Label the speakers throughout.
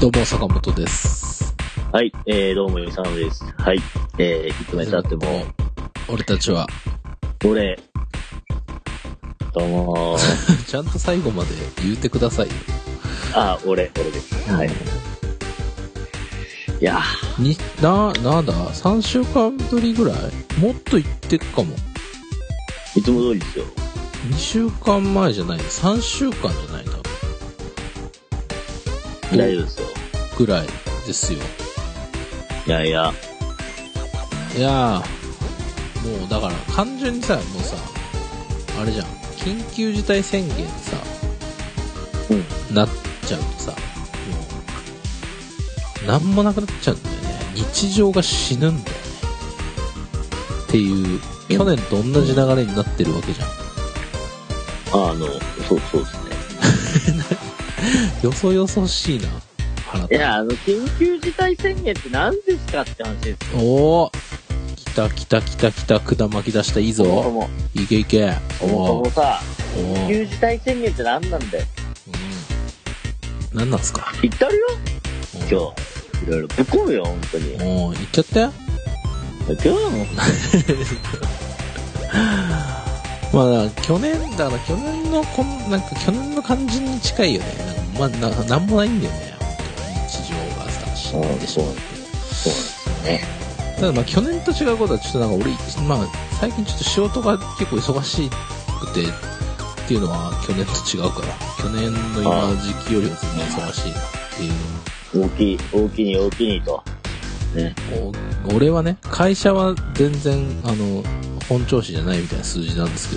Speaker 1: どうも、坂本です。
Speaker 2: はい、えー、どうも、ゆさのです。はい、えー、いつまで経っても、
Speaker 1: 俺たちは、
Speaker 2: 俺、どうもー
Speaker 1: ちゃんと最後まで言うてくださいよ。
Speaker 2: あ、俺、俺です。はい。いや
Speaker 1: に、な、なんだ ?3 週間ぶりぐらいもっと言ってっかも。
Speaker 2: ー、いつも通りですよ。
Speaker 1: 2週間前じゃない。3週間じゃないな。
Speaker 2: 大丈夫ですよ。
Speaker 1: ぐらいですよ。
Speaker 2: いやいや、
Speaker 1: いやー、もうだから、単純にさ、もうさ、あれじゃん。緊急事態宣言でさ、なっちゃうとさ、もう、なんもなくなっちゃうんだよね。日常が死ぬんだよね。っていう、去年と同じ流れになってるわけじゃん。
Speaker 2: あの、そうそうですね。
Speaker 1: よそよそしいな、原
Speaker 2: い
Speaker 1: 田。
Speaker 2: や、あの、緊急事態宣言って何ですかって話ですよ。
Speaker 1: おお来た来た来た来た、管巻き出した、いい
Speaker 2: そもそ
Speaker 1: ぞ。
Speaker 2: も、
Speaker 1: いけいけ。
Speaker 2: そ
Speaker 1: お
Speaker 2: もそ
Speaker 1: お
Speaker 2: もさ、
Speaker 1: おお
Speaker 2: 緊
Speaker 1: ー
Speaker 2: 急事態宣言って何なんだよ。
Speaker 1: うん。なんなんすか
Speaker 2: 言ったるよ、
Speaker 1: 今
Speaker 2: 今日。いろいろぶっ込むよ、本当に。
Speaker 1: おお行っちゃって。
Speaker 2: 今日も、
Speaker 1: まあ、だから去年、だから去年のこん、なんか去年の感じに近いよね。なんかまあ、ななんもないんだよね。日常がさ、死んでしまうっていう。
Speaker 2: そうなんですよね。
Speaker 1: ただまあ、去年と違うことは、ちょっとなんか俺、まあ、最近ちょっと仕事が結構忙しくて、っていうのは去年と違うから、去年の今の時期よりは全然忙しいなっていう
Speaker 2: 大きい、大きに大きにと。ね。
Speaker 1: お俺はね会社は全然あの本調子じゃないみたいな数字なんです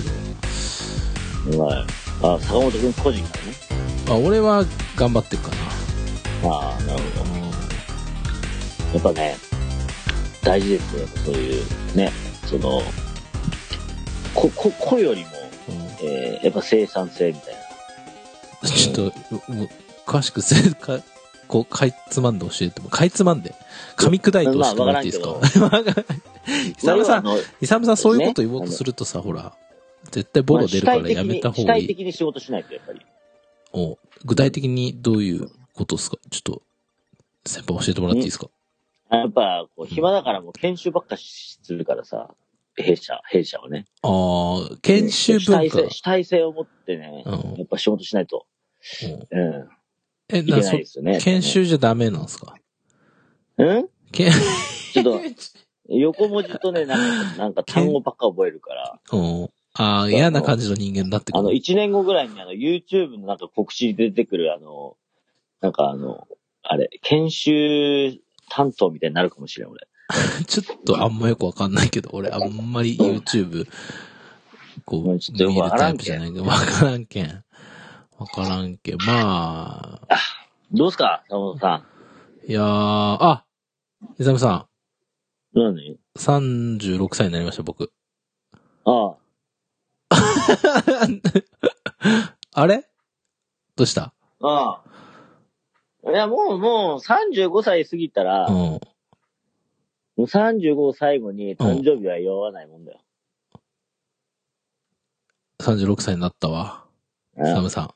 Speaker 1: け
Speaker 2: はい。あ、坂本くん個人からね。
Speaker 1: ど、まあ、俺は頑張ってるかな
Speaker 2: ああ、なるほ
Speaker 1: あの
Speaker 2: ど。やっぱね、大事ですよ。やっぱそういう、ね、その、こ、こ、こよりも、
Speaker 1: うん
Speaker 2: えー、やっぱ生産性みたい
Speaker 1: ちょっともう詳しくせかこうかいつまんで教えてもかいつまんで噛み砕いて教えてもらっていいですか
Speaker 2: まあわ
Speaker 1: わかんない
Speaker 2: な。
Speaker 1: 勇さ
Speaker 2: あ
Speaker 1: ん
Speaker 2: の、
Speaker 1: 勇さんそういうこと言おうとするとさ、ほら絶対ボロ出るからやめた方
Speaker 2: 主
Speaker 1: がい
Speaker 2: 体
Speaker 1: い
Speaker 2: 的に仕事しないと、やっぱり。
Speaker 1: お具体的にどういうことですかちょっと先輩教えてもらっていいですか
Speaker 2: やっぱ、こう、暇だからもう研修ばっかしするからさ、弊社、弊社はね。
Speaker 1: ああ研修文化
Speaker 2: 主体性、主体性を持ってね、
Speaker 1: うん
Speaker 2: やっぱ仕事しないと、
Speaker 1: うん
Speaker 2: うん、
Speaker 1: え、
Speaker 2: いけ
Speaker 1: な、
Speaker 2: な
Speaker 1: そ
Speaker 2: いですよね。
Speaker 1: 研修じゃダメなんですか
Speaker 2: うん
Speaker 1: 研
Speaker 2: ちょっと、横文字とね、なんか、なんか単語ばっか覚え るから、
Speaker 1: うん。ああ、嫌な感じの人間になってく
Speaker 2: あの、
Speaker 1: る。
Speaker 2: 1年後ぐらいにあの、YouTube のなんか告知に出てくるあの、なんかあの、あれ、研修担当みたいになるかもしれん、俺。
Speaker 1: ちょっとあんまよくわかんないけど、俺あんまり YouTube、こう、
Speaker 2: まあ
Speaker 1: 見
Speaker 2: ちょっとよく
Speaker 1: る
Speaker 2: わか
Speaker 1: タ
Speaker 2: ら
Speaker 1: イ
Speaker 2: ん
Speaker 1: プ
Speaker 2: け
Speaker 1: じゃ
Speaker 2: ん
Speaker 1: ないけど、わからんけん。わからんけん。まあ、
Speaker 2: どうすか坂本さ
Speaker 1: いやー、あイサムさ
Speaker 2: ん。何
Speaker 1: ん、36歳になりました、僕。
Speaker 2: ああ、
Speaker 1: あれどうした
Speaker 2: ああ。いや、もう、もう、35歳過ぎたら、
Speaker 1: う
Speaker 2: も
Speaker 1: ん。
Speaker 2: う35を最後に誕生日は酔わないもんだよ。
Speaker 1: 36歳になったわ。イ
Speaker 2: うん
Speaker 1: サムさん。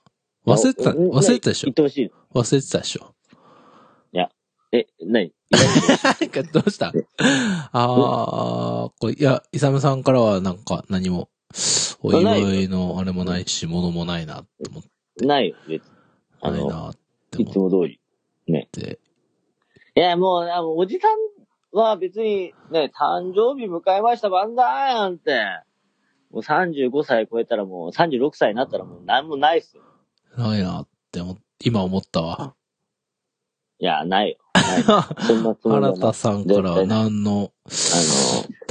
Speaker 1: 忘れてた、
Speaker 2: うん
Speaker 1: 忘れてたでしょ
Speaker 2: 言ってほしい。
Speaker 1: 忘れてたでしょ
Speaker 2: え、何
Speaker 1: なんかどうしたああ、これ、いや、イサムさんからはなんか何も、お祝いのあれもないし、物もないな、と思って、
Speaker 2: ないよ、別に。あ
Speaker 1: ない
Speaker 2: の、
Speaker 1: な、って
Speaker 2: い
Speaker 1: 思
Speaker 2: つも通り。
Speaker 1: って。
Speaker 2: いや、もう、あのおじさんは別にね、誕生日迎えました、バンダーなんて。もう35歳超えたらもう、36歳になったらもう何もないっすよ。
Speaker 1: ないな、って思っ今思ったわ。
Speaker 2: いや、ないよ。 ないそんなつも
Speaker 1: 原
Speaker 2: りはない。
Speaker 1: 田さんからは何の、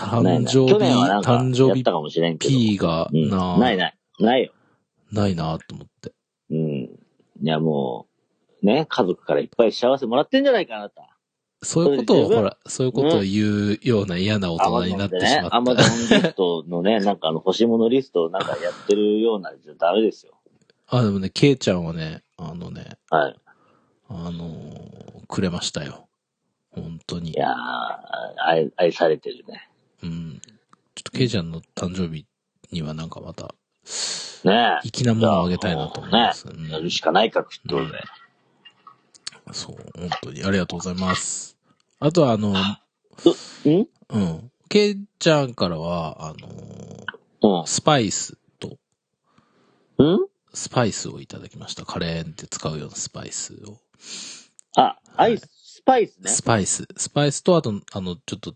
Speaker 2: あ
Speaker 1: 誕
Speaker 2: の、ないない
Speaker 1: 生
Speaker 2: 去
Speaker 1: 日
Speaker 2: 年はな、んか
Speaker 1: 誕生
Speaker 2: やっ
Speaker 1: 日
Speaker 2: たかもしれんけど。
Speaker 1: P が
Speaker 2: うん
Speaker 1: な、
Speaker 2: ないない。ないよ。
Speaker 1: ないな、と思って。
Speaker 2: うん。いや、もう、ね、家族からいっぱい幸せもらってんじゃないか、あなた。
Speaker 1: そういうことを、
Speaker 2: それで十分
Speaker 1: ほら、そういうことを言うような嫌な大人になってしま
Speaker 2: ア
Speaker 1: っ
Speaker 2: マゾ
Speaker 1: た。
Speaker 2: ンギフトのね、なんかあの、欲しいものリストをなんかやってるようなんじゃダメですよ。
Speaker 1: あ、でもね、ケイちゃんはね、あのね、
Speaker 2: はい。
Speaker 1: あのーくれましたよ。本当に
Speaker 2: い。やー愛、愛されてるね。
Speaker 1: うん。ちょっとケイちゃんの誕生日にはなんかまた、
Speaker 2: ねえ。
Speaker 1: 粋なものをあげたいなと思います。う
Speaker 2: や
Speaker 1: ん
Speaker 2: るしかないか、きっとね。
Speaker 1: そう、本当に。ありがとうございます。あとは、あの、
Speaker 2: んうん。
Speaker 1: うん。ケイちゃんからは、あのースパイスと、
Speaker 2: うん
Speaker 1: スパイスをいただきました。カレーって使うようなスパイスを。
Speaker 2: あ、アイス、スパイスね。
Speaker 1: スパイス。スパイスと、あと、あの、ちょっと、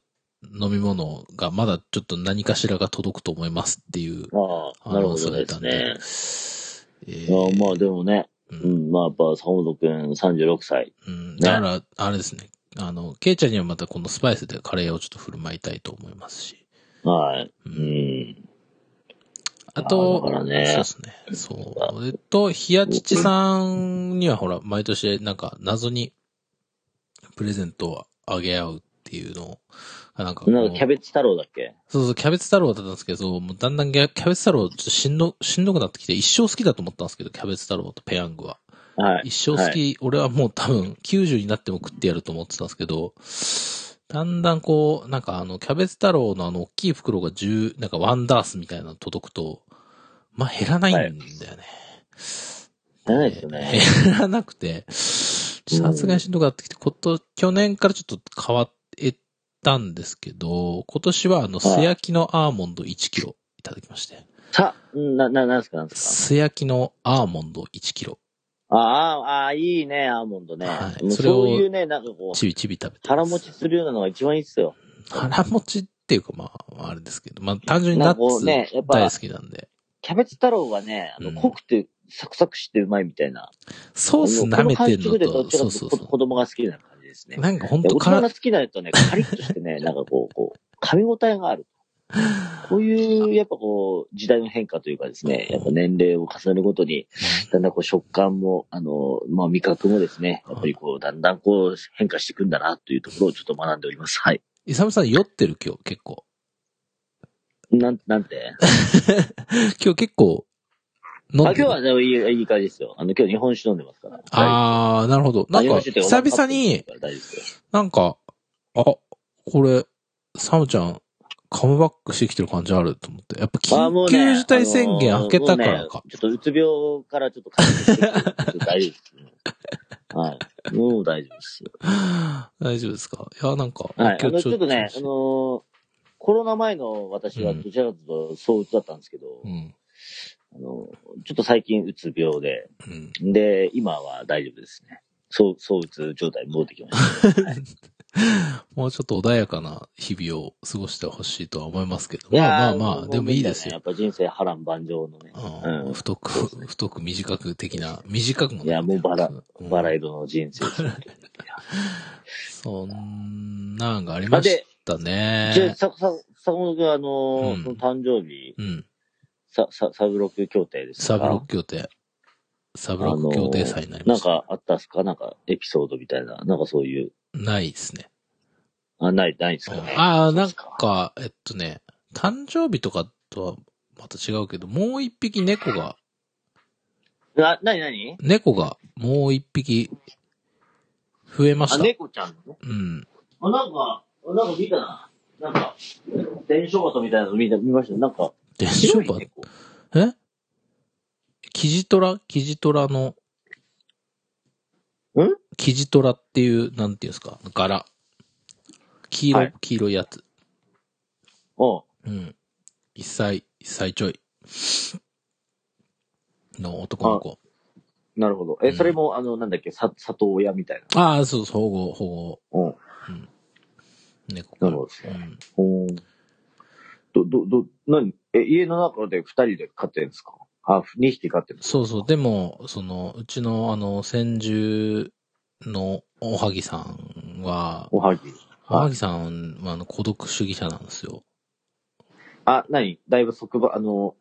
Speaker 1: 飲み物がまだちょっと何かしらが届くと思いますっていう
Speaker 2: ああ、なるほどですね。
Speaker 1: すね。え
Speaker 2: あ
Speaker 1: ー
Speaker 2: あまあでもね、
Speaker 1: う
Speaker 2: うんん、まあやっぱ坂本くん36歳。
Speaker 1: うんだから、あれですね。あの、ケイちゃんにはまたこのスパイスでカレーをちょっと振る舞いたいと思いますし。
Speaker 2: はい。
Speaker 1: う
Speaker 2: うんん。
Speaker 1: あと、
Speaker 2: あーだからね
Speaker 1: そうですね。そう。えっと、ひやちちさんにはほら、毎年なんか謎にプレゼントをあげ合うっていうのを、なんかこう
Speaker 2: なんかキャベツ太郎だっけ
Speaker 1: そうそう、キャベツ太郎だったんですけど、もうだんだんキャキャベツ太郎ちょっとしんど、しんどくなってきて、一生好きだと思ったんですけど、キャベツ太郎とペヤングは。
Speaker 2: はい。
Speaker 1: 一生好き、俺はもう多分90になっても食ってやると思ってたんですけど、だんだんこう、なんかあの、キャベツ太郎のあの、大きい袋が10、なんかワンダースみたいなの届くと、まあ、減らないんだよね。
Speaker 2: じゃないですよね。
Speaker 1: 減らなくて、さすがにしんどくなってきて、こと、去年からちょっと変わったんですけど、今年はあの、素焼きのアーモンド1キロいただきまして、
Speaker 2: さ、な、な、なんすかなんすか
Speaker 1: 素焼きのアーモンド1キロ、
Speaker 2: ああ、ああ、いいね、アーモンドね。
Speaker 1: はい
Speaker 2: もう
Speaker 1: それを
Speaker 2: そういうね、なんかこう、
Speaker 1: ちびちび食べてます。
Speaker 2: 腹持ちするようなのが一番いいっすよ。
Speaker 1: 腹持ちっていうか、まあ、あれですけど、まあ、単純にナ
Speaker 2: なんかこ
Speaker 1: ッ
Speaker 2: う
Speaker 1: ツ
Speaker 2: ね、やっぱ
Speaker 1: 大好、きなんで、
Speaker 2: キャベツ太郎はね、あ
Speaker 1: うん
Speaker 2: の、濃くて、サクサクしてうまいみたいな。
Speaker 1: ソース舐めてん
Speaker 2: この感触で
Speaker 1: の
Speaker 2: どっ
Speaker 1: と、
Speaker 2: ち
Speaker 1: そう
Speaker 2: かという
Speaker 1: そ
Speaker 2: と
Speaker 1: う
Speaker 2: こ
Speaker 1: そ
Speaker 2: 子供が好きな感じですね
Speaker 1: う。。なんかほん
Speaker 2: いや
Speaker 1: と
Speaker 2: 大人
Speaker 1: か
Speaker 2: が好きなやつはね、カリッとして ね、なんかこう、こう、噛み応えがある。こういう、やっぱこう、時代の変化というかですね、やっぱ年齢を重ねるごとに、だんだんこう食感も、あの、まあ味覚もですね、やっぱりこう、だんだんこう変化していくんだなというところをちょっと学んでおります。はい。
Speaker 1: イサムさん酔ってる今日結構。
Speaker 2: なん、なんて。あ、
Speaker 1: 今日結構飲ん
Speaker 2: 今
Speaker 1: で
Speaker 2: 日
Speaker 1: る。
Speaker 2: はね、いい、いい感じですよ。あの、今日日本酒飲んでますから。
Speaker 1: あー、なるほど。なん
Speaker 2: 日
Speaker 1: か、
Speaker 2: 本酒ってお腹
Speaker 1: 久々に、
Speaker 2: パッと飲んでるから大丈夫ですよ
Speaker 1: なんか、あ、これ、サムちゃん、カムバックしてきてる感じあると思って。やっぱ
Speaker 2: あも
Speaker 1: 緊
Speaker 2: うね
Speaker 1: 急事態宣言明けたから
Speaker 2: あのも
Speaker 1: か
Speaker 2: う。ねちょっとうつ病からちょっと回復してきて、ちょっと大丈夫です。はい。もう大丈夫ですよ。
Speaker 1: 大丈夫ですかいや、なんか、
Speaker 2: はい。あ
Speaker 1: 今
Speaker 2: の、
Speaker 1: 日
Speaker 2: ちょっとね、あのーコロナ前の私は
Speaker 1: うん
Speaker 2: どちらかというとそううつだったんですけど、
Speaker 1: うん。
Speaker 2: あのーちょっと最近うつ病で、
Speaker 1: うん。
Speaker 2: で、今は大丈夫ですね。そう、そううつ状態に戻ってきました。
Speaker 1: もうちょっと穏やかな日々を過ごしてほしいとは思いますけど。
Speaker 2: いや
Speaker 1: まあ
Speaker 2: ー
Speaker 1: まあまあ、でもいいです
Speaker 2: や
Speaker 1: よ。
Speaker 2: っぱ人生波乱万丈のね、
Speaker 1: うん、太く、太く短く的な、短くもない
Speaker 2: やもうバラ
Speaker 1: うん
Speaker 2: バラ色の人生ですね。
Speaker 1: そんなんがあり ました
Speaker 2: じゃあ、
Speaker 1: ね。
Speaker 2: さ、さ、坂本君、あのー
Speaker 1: うん
Speaker 2: その誕生日、
Speaker 1: うん。
Speaker 2: さ、さ、サブロック協定ですか
Speaker 1: サブロック協定。サブロック協定祭になりま
Speaker 2: なん
Speaker 1: した。
Speaker 2: かあったっすかなんかエピソードみたいな。なんかそういう。
Speaker 1: ないですね。
Speaker 2: あ、ない、ないですかね。
Speaker 1: ああ、
Speaker 2: そう
Speaker 1: な
Speaker 2: っ
Speaker 1: ん
Speaker 2: すか
Speaker 1: か、えっとね、誕生日とかとはまた違うけど、もう一匹猫が、
Speaker 2: な、なになに
Speaker 1: 猫がもう一匹増えま
Speaker 2: あ、
Speaker 1: した。
Speaker 2: 猫ちゃんの
Speaker 1: うん。
Speaker 2: あ、なんか、あなんか見たな。なんか、伝承バみたいなの見た、見ました。なんか、
Speaker 1: でしょ
Speaker 2: 白
Speaker 1: う
Speaker 2: い
Speaker 1: か
Speaker 2: 猫。
Speaker 1: えキジトラキジトラの、
Speaker 2: ん
Speaker 1: キジトラっていう、なんていうんですか、柄。黄色、
Speaker 2: はい
Speaker 1: 黄色いやつ。
Speaker 2: お
Speaker 1: うん。一歳、一歳ちょい。の男の子。
Speaker 2: なるほど。
Speaker 1: う
Speaker 2: え、
Speaker 1: ん
Speaker 2: それも、あの、なんだっけ、さ、里親みたいな。
Speaker 1: ああ、そうそう、保護、保護、
Speaker 2: うん。
Speaker 1: 猫。
Speaker 2: なるほどです
Speaker 1: う
Speaker 2: ね。
Speaker 1: ん。
Speaker 2: ほーん。ど、ど、ど、なにえ、家の中で二人で飼ってるんですかあ、二匹飼ってるんですか
Speaker 1: そうそう、でも、その、うちの、あの、先住のおはぎさんは、
Speaker 2: おはぎ。
Speaker 1: おはぎさんは、あの、孤独主義者なんですよ。
Speaker 2: あ、なにだいぶ即場、あの、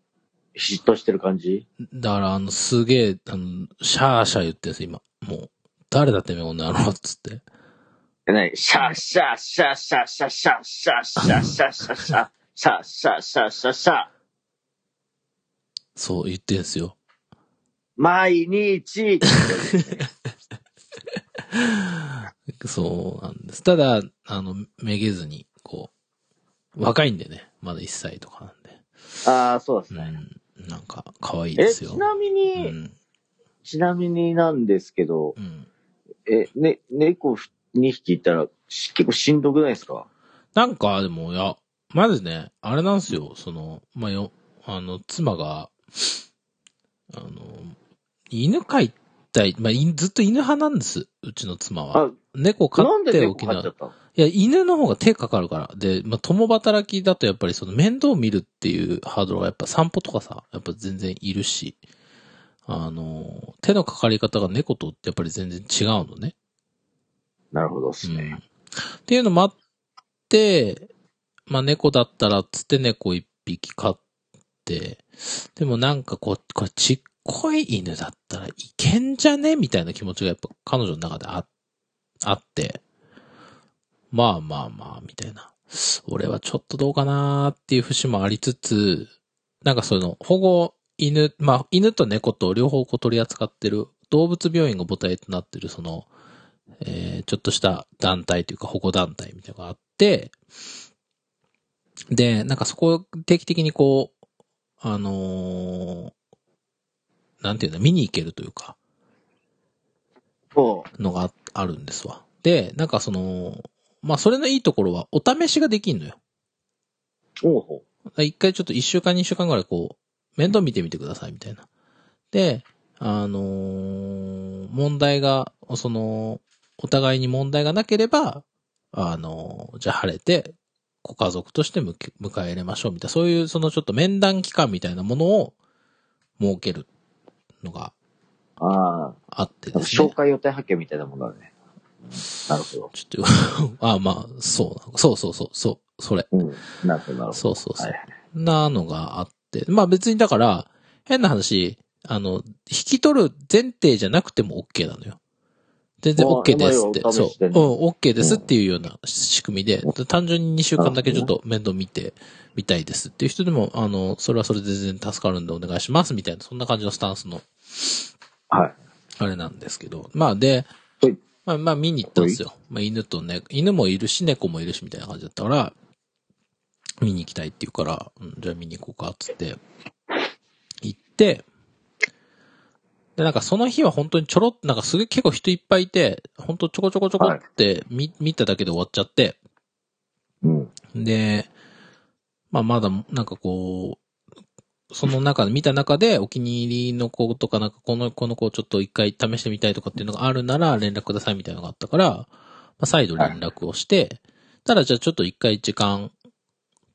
Speaker 2: 嫉妬してる感じ
Speaker 1: だから、あの、すげえ、あの、シャーシャー言ってるんですよ、今。もう、誰だてめえ、この野郎、つって。
Speaker 2: え、なにシャーシャーシャーシャーシャーシャーシャーシャーシャーシャーシャーシャーシャーシャーシャーシャー
Speaker 1: そう言ってるんですよ。
Speaker 2: 毎日
Speaker 1: そうなんです。ただ、あの、めげずに、こう、若いんでね。まだ1歳とかなんで。
Speaker 2: ああ、そうですね。
Speaker 1: うん。なんか、可愛いで
Speaker 2: え、
Speaker 1: すよ。
Speaker 2: ちなみ
Speaker 1: う
Speaker 2: に、
Speaker 1: ん。
Speaker 2: ちなみになんですけど、
Speaker 1: うん。
Speaker 2: え、ね、猫2匹いたら、し結構しんどくないですか
Speaker 1: なんか、でも、いや、まずね、あれなんですよ、その、まあ、よ、あの、妻が、あの、犬飼いたい、まあ、いずっと犬派なんです、うちの妻は
Speaker 2: あ。
Speaker 1: 猫飼
Speaker 2: なん
Speaker 1: っ
Speaker 2: で
Speaker 1: て
Speaker 2: 猫
Speaker 1: おき
Speaker 2: 飼っちゃ
Speaker 1: な。
Speaker 2: ったの
Speaker 1: いや、犬の方が手かかるから。で、まあ、共働きだとやっぱりその面倒見るっていうハードルがやっぱ散歩とかさ、やっぱ全然いるし、あの、手のかかり方が猫とやっぱり全然違うのね。
Speaker 2: なるほどです
Speaker 1: うん
Speaker 2: ね。
Speaker 1: っていうのもあって、まあ猫だったらっつって猫一匹飼って、でもなんかこう、これちっこい犬だったらいけんじゃねみたいな気持ちがやっぱ彼女の中でああって、まあまあまあ、みたいな。俺はちょっとどうかなーっていう節もありつつ、なんかその保護犬、まあ犬と猫と両方こう取り扱ってる動物病院が母体となってるその、えーちょっとした団体というか保護団体みたいなのがあって、で、なんかそこを定期的にこう、あのーなんていうの、見に行けるというか、
Speaker 2: そ
Speaker 1: のがああるんですわ。で、なんかその、まあそれのいいところはお試しができんのよ。
Speaker 2: う。おうほ
Speaker 1: 一回ちょっと一週間二週間ぐらいこう、面倒見てみてくださいみたいな。で、あのー問題が、その、お互いに問題がなければ、あのーじゃあ晴れて、ご家族としてむけ迎え入れましょうみたいな、そういうそのちょっと面談期間みたいなものを設けるのが
Speaker 2: う。あ
Speaker 1: あって
Speaker 2: あ、
Speaker 1: で
Speaker 2: なんか
Speaker 1: すね
Speaker 2: 紹。介予定発見みたいなものだね。なるほど。
Speaker 1: ちょっと、 あ、まあ、そうなの、そうそうそう、そう、それ。
Speaker 2: うん。なるほど、なるほ
Speaker 1: そうそうそう
Speaker 2: ど。は。い。
Speaker 1: なのがあって。まあ別にだから、変な話、あの、引き取る前提じゃなくても OK なのよ。全然
Speaker 2: まあ
Speaker 1: OK ですって。
Speaker 2: 今よりはお
Speaker 1: そう。
Speaker 2: 試しでね
Speaker 1: うん、OK ですっていうような仕組みで、単純に2週間だけちょっと面倒見てみたいですっていう人でも、あの、それはそれで全然助かるんでお願いしますみたいな、そんな感じのスタンスの
Speaker 2: はい。
Speaker 1: あれなんですけど。まあで
Speaker 2: はい、
Speaker 1: まあまあ見に行ったんですよ。まあ犬とね、犬もいるし猫もいるしみたいな感じだったから、見に行きたいって言うから、うん、じゃあ見に行こうかっつって、行って、で、なんかその日は本当にちょろっと、なんかすげえ結構人いっぱいいて、本当ちょこちょこちょこって見、見ただけで終わっちゃって、
Speaker 2: うん。
Speaker 1: で、まあまだ、なんかこう、その中で、見た中でお気に入りの子とか、なんかこの、この子をちょっと一回試してみたいとかっていうのがあるなら連絡くださいみたいなのがあったから、まあ、再度連絡をして、ただじゃあちょっと一回時間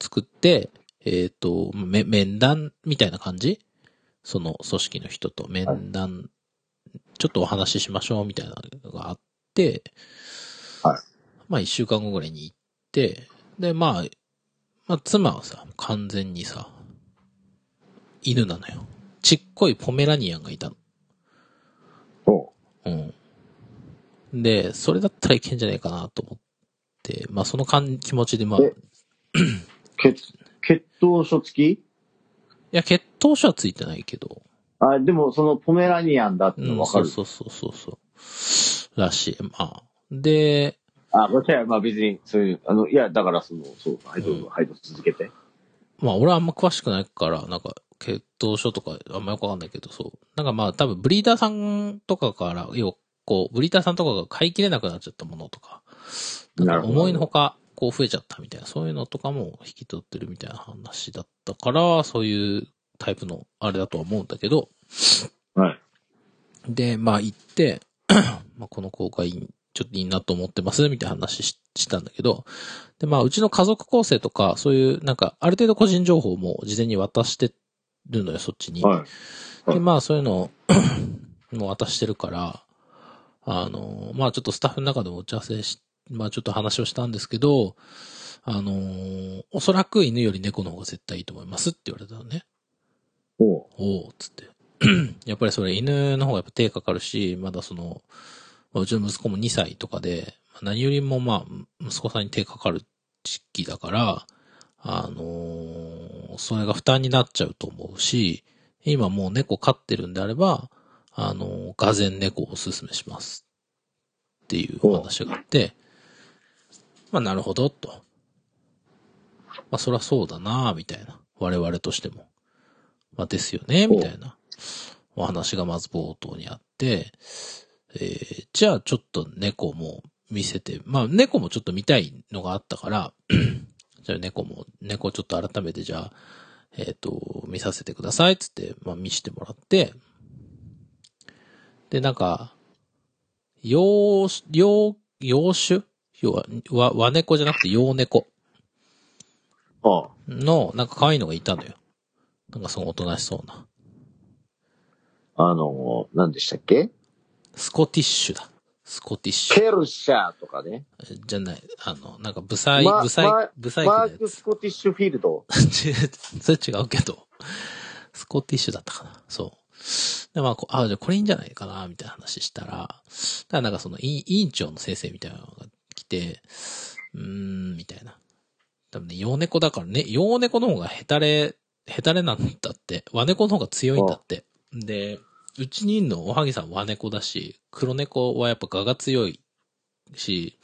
Speaker 1: 作って、えっ、と、め面談みたいな感じその組織の人と面談、ちょっとお話ししましょうみたいなのがあって、
Speaker 2: はい
Speaker 1: まあ一週間後ぐらいに行って、で、まあ、まあ妻はさ、完全にさ、犬なのよ。ちっこいポメラニアンがいたの。
Speaker 2: おう。
Speaker 1: うん。で、それだったらいけんじゃねえかなと思って、まあその感気持ちでまあ、い
Speaker 2: え血、血糖書付き
Speaker 1: や、血糖書はついてないけど、
Speaker 2: あ、でもそのポメラニアンだって
Speaker 1: う
Speaker 2: の
Speaker 1: ん、
Speaker 2: わかる。
Speaker 1: そうそうそうそう。らしい。まあ。で、
Speaker 2: あ、こっちは、まあ別に、そういう、あの、いや、だからその、そう、はい、どう
Speaker 1: うん
Speaker 2: ぞ、はい、どうぞ続けて。
Speaker 1: まあ俺はあんま詳しくないから、なんか、血統書とかあんまよくわかんないけど、そう。なんかまあ多分ブリーダーさんとかから、要はこう、ブリーダーさんとかが買い切れなくなっちゃったものとか、な
Speaker 2: なんる
Speaker 1: か
Speaker 2: ほど
Speaker 1: 思いのほか、こう増えちゃったみたいな、そういうのとかも引き取ってるみたいな話だったから、そういうタイプのあれだとは思うんだけど、
Speaker 2: はい。
Speaker 1: で、まあ行って、 まあこの公開ちょっといいなと思ってます、みたいな話ししたんだけど、で、まあうちの家族構成とか、そういうなんかある程度個人情報も事前に渡してるのよ、そっちに。
Speaker 2: はい。
Speaker 1: で、まあそういうのを もう渡してるから、あの、まあちょっとスタッフの中でも打ち合わせし、まあちょっと話をしたんですけど、あの、おそらく犬より猫の方が絶対いいと思いますって言われたのね。
Speaker 2: おう。
Speaker 1: おおつって。 やっぱりそれ犬の方がやっぱ手かかるし、まだその、まあうちの息子も2歳とかで、まあ何よりもまあ、息子さんに手かかる時期だから、あのーそれが負担になっちゃうと思うし、今もう猫飼ってるんであれば、あのー、ガゼン猫をおすすめします。っていうお話があって、まあなるほど、と。まあそりゃそうだな、みたいな。我々としても。まあですよね、みたいなお話がまず冒頭にあって、えーじゃあちょっと猫も見せて、まあ猫もちょっと見たいのがあったから、 じゃあ猫も、猫ちょっと改めてじゃあ、えっ、と、見させてくださいっつって、まあ見してもらって、で、なんか、幼、幼、幼種要は、和和猫じゃなくて幼猫
Speaker 2: ああ。
Speaker 1: の、なんか可愛いのがいたのよ。なんかそのおとなしそうな。
Speaker 2: あの、何でしたっけ
Speaker 1: スコティッシュだ。スコティッシュ。
Speaker 2: ケルシャーとかね。
Speaker 1: じゃない、あの、なんか、ブサイ、
Speaker 2: ま
Speaker 1: ブサイ
Speaker 2: ま、
Speaker 1: ブサイク
Speaker 2: マ
Speaker 1: の
Speaker 2: ーク・
Speaker 1: やつ
Speaker 2: ス。コティッシュフィールド。
Speaker 1: 違うそれ違うけど、スコティッシュだったかな。そう。で、まあ、こあ、じゃあこれいいんじゃないかな、みたいな話したら、だからなんかその、委委員長の先生みたいなのが来て、うーん、みたいな。多分ね、洋猫だからね、洋猫の方がヘタレ、ヘタレなんだって、和猫の方が強いんだって。で、うちにいんのおはぎさん和猫だし、黒猫はやっぱ我が強いし、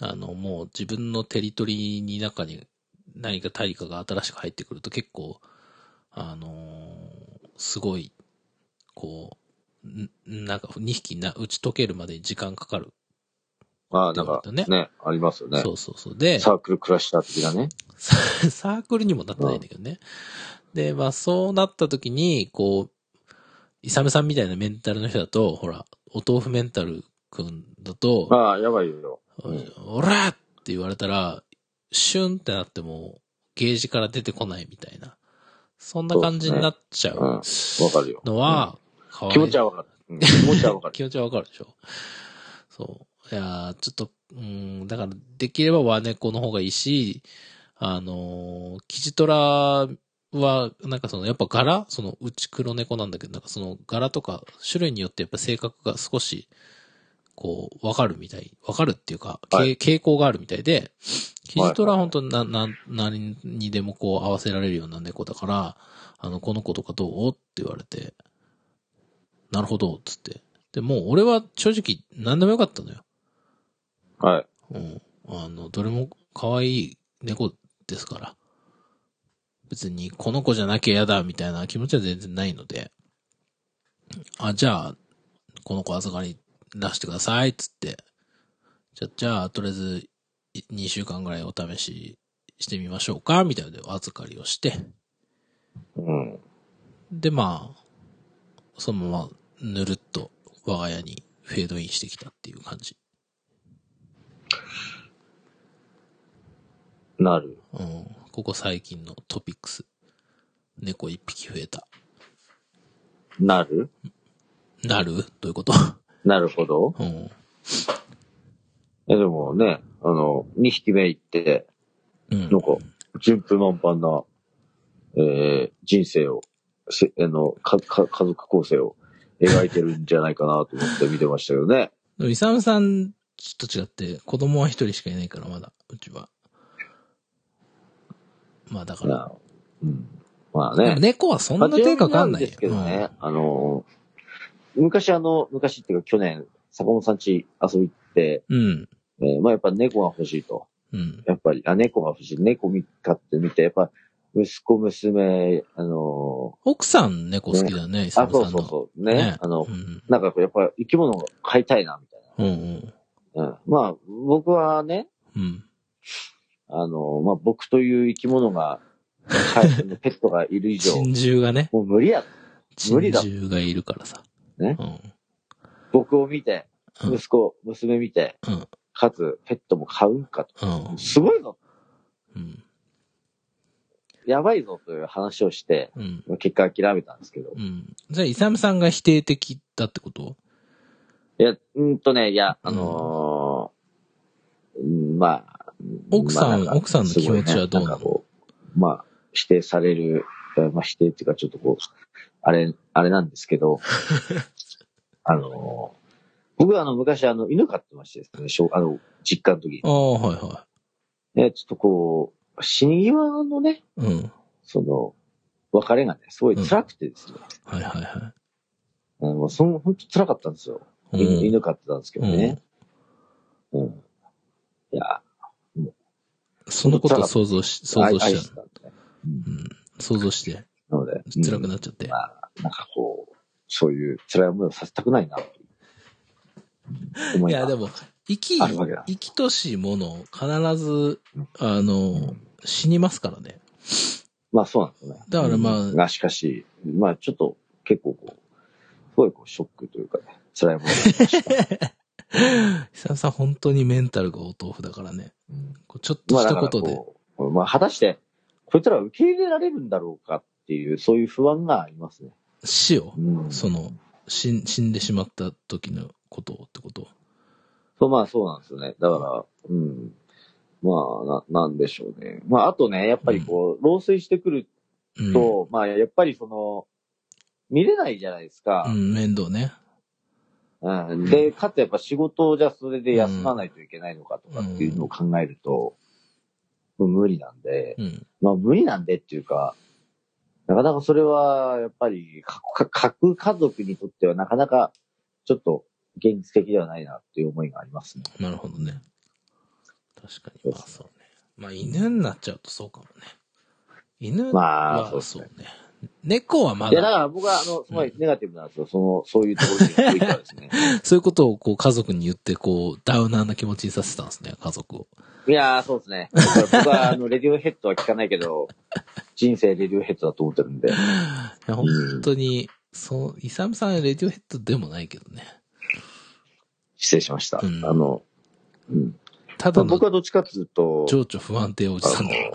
Speaker 1: あの、もう自分のテリトリーに中に何か大化が新しく入ってくると結構、あのーすごい、こう、んなんか2匹な打ち解けるまでに時間かかる。
Speaker 2: まあ、なんか、
Speaker 1: ね
Speaker 2: ね、ありますよね。
Speaker 1: そうそうそう。で、
Speaker 2: サークルクラッシャー的なね。
Speaker 1: サ サークルにもなってないんだけどね。で、まあそうなった時に、こう、イサムさんみたいなメンタルの人だと、ほら、お豆腐メンタルくんだと、
Speaker 2: ああ、やばいよ。うん
Speaker 1: おらって言われたら、シュンってなっても、ゲージから出てこないみたいな。そんな感じになっちゃ
Speaker 2: うん。わ
Speaker 1: う
Speaker 2: かるよ。
Speaker 1: のは、かわいい
Speaker 2: 気持ちはわかる。うん気持ちはわか る。
Speaker 1: 気持ちはわかるでしょ。そう。いやーちょっと、うん、だから、できれば和猫の方がいいし、あのー、キジトラは、なんかその、やっぱ柄その、うち黒猫なんだけど、なんかその柄とか、種類によってやっぱ性格が少し、こう、わかるみたい。わかるっていうか、け
Speaker 2: は
Speaker 1: 傾向があるみたいで、キジトラは
Speaker 2: はい
Speaker 1: 本当にな、な、何にでもこう合わせられるような猫だから、あの、この子とかどうって言われて、なるほど、つって。で、もう俺は正直何でもよかったのよ。
Speaker 2: はい。
Speaker 1: うん。あの、どれも可愛い猫ですから。別にこの子じゃなきゃ嫌だみたいな気持ちは全然ないので。あ、じゃあ、この子預かり出してください、つって。じゃ、じゃあ、とりあえず、い2週間ぐらいお試ししてみましょうか、みたいなのでお預かりをして。
Speaker 2: うん。
Speaker 1: で、まあ、そのまま、ぬるっと我が家にフェードインしてきたっていう感じ。
Speaker 2: なる。
Speaker 1: うん。ここ最近のトピックス。猫一匹増えた。
Speaker 2: なる
Speaker 1: なるどういうこと
Speaker 2: なるほど。
Speaker 1: うん。
Speaker 2: え、でもね、あの、2匹目行って、
Speaker 1: うん
Speaker 2: なん。か、順風満帆な、えー、人生を、せあのかか、家族構成を描いてるんじゃないかなと思って見てましたけ どね。
Speaker 1: でもイサムさんと違って、子供は一人しかいないから、まだ、うちは。まあだから。
Speaker 2: なうん、まあ
Speaker 1: でも
Speaker 2: ね。
Speaker 1: 猫はそんな手かかんない
Speaker 2: 立ち読み
Speaker 1: よ。
Speaker 2: なんですけどね、あの、昔あの、昔っていうか去年、坂本さん家遊び行って、
Speaker 1: うん。うん。
Speaker 2: えーまあやっぱ猫が欲しいと。
Speaker 1: うん。
Speaker 2: やっぱり、あ、猫が欲しい。猫見買ってみて、やっぱ、息子、娘、あの
Speaker 1: 奥さん猫好きだよね、イサ
Speaker 2: あ、
Speaker 1: ムさん
Speaker 2: そ
Speaker 1: の。
Speaker 2: うそうそう。
Speaker 1: う
Speaker 2: ね。あの、
Speaker 1: うん。
Speaker 2: なんかこう、やっぱ生き物を飼いたいな、みたい
Speaker 1: うんうん。
Speaker 2: な。うん。まあ、僕はね、
Speaker 1: うん。
Speaker 2: あの、まあ僕という生き物 が、飼いペットがいる以上、
Speaker 1: 珍獣がね。
Speaker 2: もう無理や。無
Speaker 1: 珍
Speaker 2: 理だ
Speaker 1: 獣がいるからさ。
Speaker 2: ね
Speaker 1: うん。
Speaker 2: 僕を見て、
Speaker 1: うん
Speaker 2: 息子、娘見て、
Speaker 1: うん
Speaker 2: かつ、ペットも飼うんかと。
Speaker 1: うん。
Speaker 2: すごいぞ
Speaker 1: うん。
Speaker 2: やばいぞという話をして、
Speaker 1: うん。
Speaker 2: 結果諦めたんですけど。
Speaker 1: うん。じゃあ、イサムさんが否定的だってこと
Speaker 2: いや、うんとね、いや、あのーうんまあ、
Speaker 1: 奥さん
Speaker 2: まあなか
Speaker 1: 奥さんの気持ちはどうなの
Speaker 2: すごいねなんかこうまあ、否定される、まあ否定っていうかちょっとこう、あれ、あれなんです けど、あのー僕はあの昔あの犬飼ってましてですね、小あの、実家の時
Speaker 1: ああ、はいは
Speaker 2: ね、ちょっとこう、死に際のね、
Speaker 1: い。うん。
Speaker 2: その、別れがね、すごい辛くてですね、
Speaker 1: はいはいは
Speaker 2: あのその、本当辛かったんですよ。
Speaker 1: い。
Speaker 2: 犬
Speaker 1: うん。
Speaker 2: 犬飼ってたんですけどね。うん。いや、
Speaker 1: そのことを想像し、想像
Speaker 2: 愛
Speaker 1: し。
Speaker 2: 愛しててたんで。
Speaker 1: うん。想像して。
Speaker 2: なので、
Speaker 1: 辛く
Speaker 2: な
Speaker 1: なっちゃって。
Speaker 2: まあ、なんかこう、そういう辛い思いをさせたくないなという思
Speaker 1: い
Speaker 2: い
Speaker 1: や、
Speaker 2: が
Speaker 1: でも、生き、
Speaker 2: あるわけだ
Speaker 1: 生きとしもの、必ず、あの、死にますからね。
Speaker 2: まあそうなんですね。
Speaker 1: だからまあ
Speaker 2: うんが、しかし、まあちょっと結構こう、すごいこうショックというかね、辛いものがありました。
Speaker 1: 久々本当にメンタルがお豆腐だからね。こうちょっと
Speaker 2: まあ
Speaker 1: し
Speaker 2: だ
Speaker 1: た
Speaker 2: か
Speaker 1: こと
Speaker 2: ら
Speaker 1: で。
Speaker 2: こう、まあ果たして、こいつら受け入れられるんだろうかっていう、そういう不安がありますね。
Speaker 1: 死を
Speaker 2: う、ん。
Speaker 1: その、死ん死んでしまった時のことをってこと
Speaker 2: そう、まあそうなんですよね。だから、うん。まあ、な、なんでしょうね。まああとね、やっぱりこう、漏水してくる
Speaker 1: うん。
Speaker 2: と、まあやっぱりその、見れないじゃないです
Speaker 1: う
Speaker 2: か。
Speaker 1: ん、面倒ね。
Speaker 2: うん。で、かつやっぱ仕事をじゃあそれで休まないといけないのかとかっていうのを考えると、もう無理なんで、
Speaker 1: うん。
Speaker 2: まあ無理なんでっていうか、なかなかそれは、やっぱり、かか核家族にとってはなかなか、ちょっと、現実的ではないなっていう思いがありますね。
Speaker 1: なるほどね。確かに、まあそうね。まあ犬になっちゃうとそうかもね。犬
Speaker 2: まあ
Speaker 1: は
Speaker 2: そうです
Speaker 1: そう
Speaker 2: ね
Speaker 1: ね。猫はま
Speaker 2: いや、だ
Speaker 1: だ、
Speaker 2: から僕は、あの、すごいネガティブなんですよ。その、そういうところについてはで すね。
Speaker 1: そういうことをこう家族に言って、こう、ダウナーな気持ちにさせたんですね、家族を。
Speaker 2: いやー、そうですね。だから僕は、あの、レディオヘッドは聞かないけど、人生レディオヘッドだと思ってるんで。
Speaker 1: いや、本当に、そう、イサムさんはレディオヘッドでもないけどね。
Speaker 2: 失礼しました。
Speaker 1: うん
Speaker 2: あの、うん。
Speaker 1: た
Speaker 2: まあ
Speaker 1: だの
Speaker 2: 僕はどっちかっていうと、
Speaker 1: 情緒不安定おじさんだよ。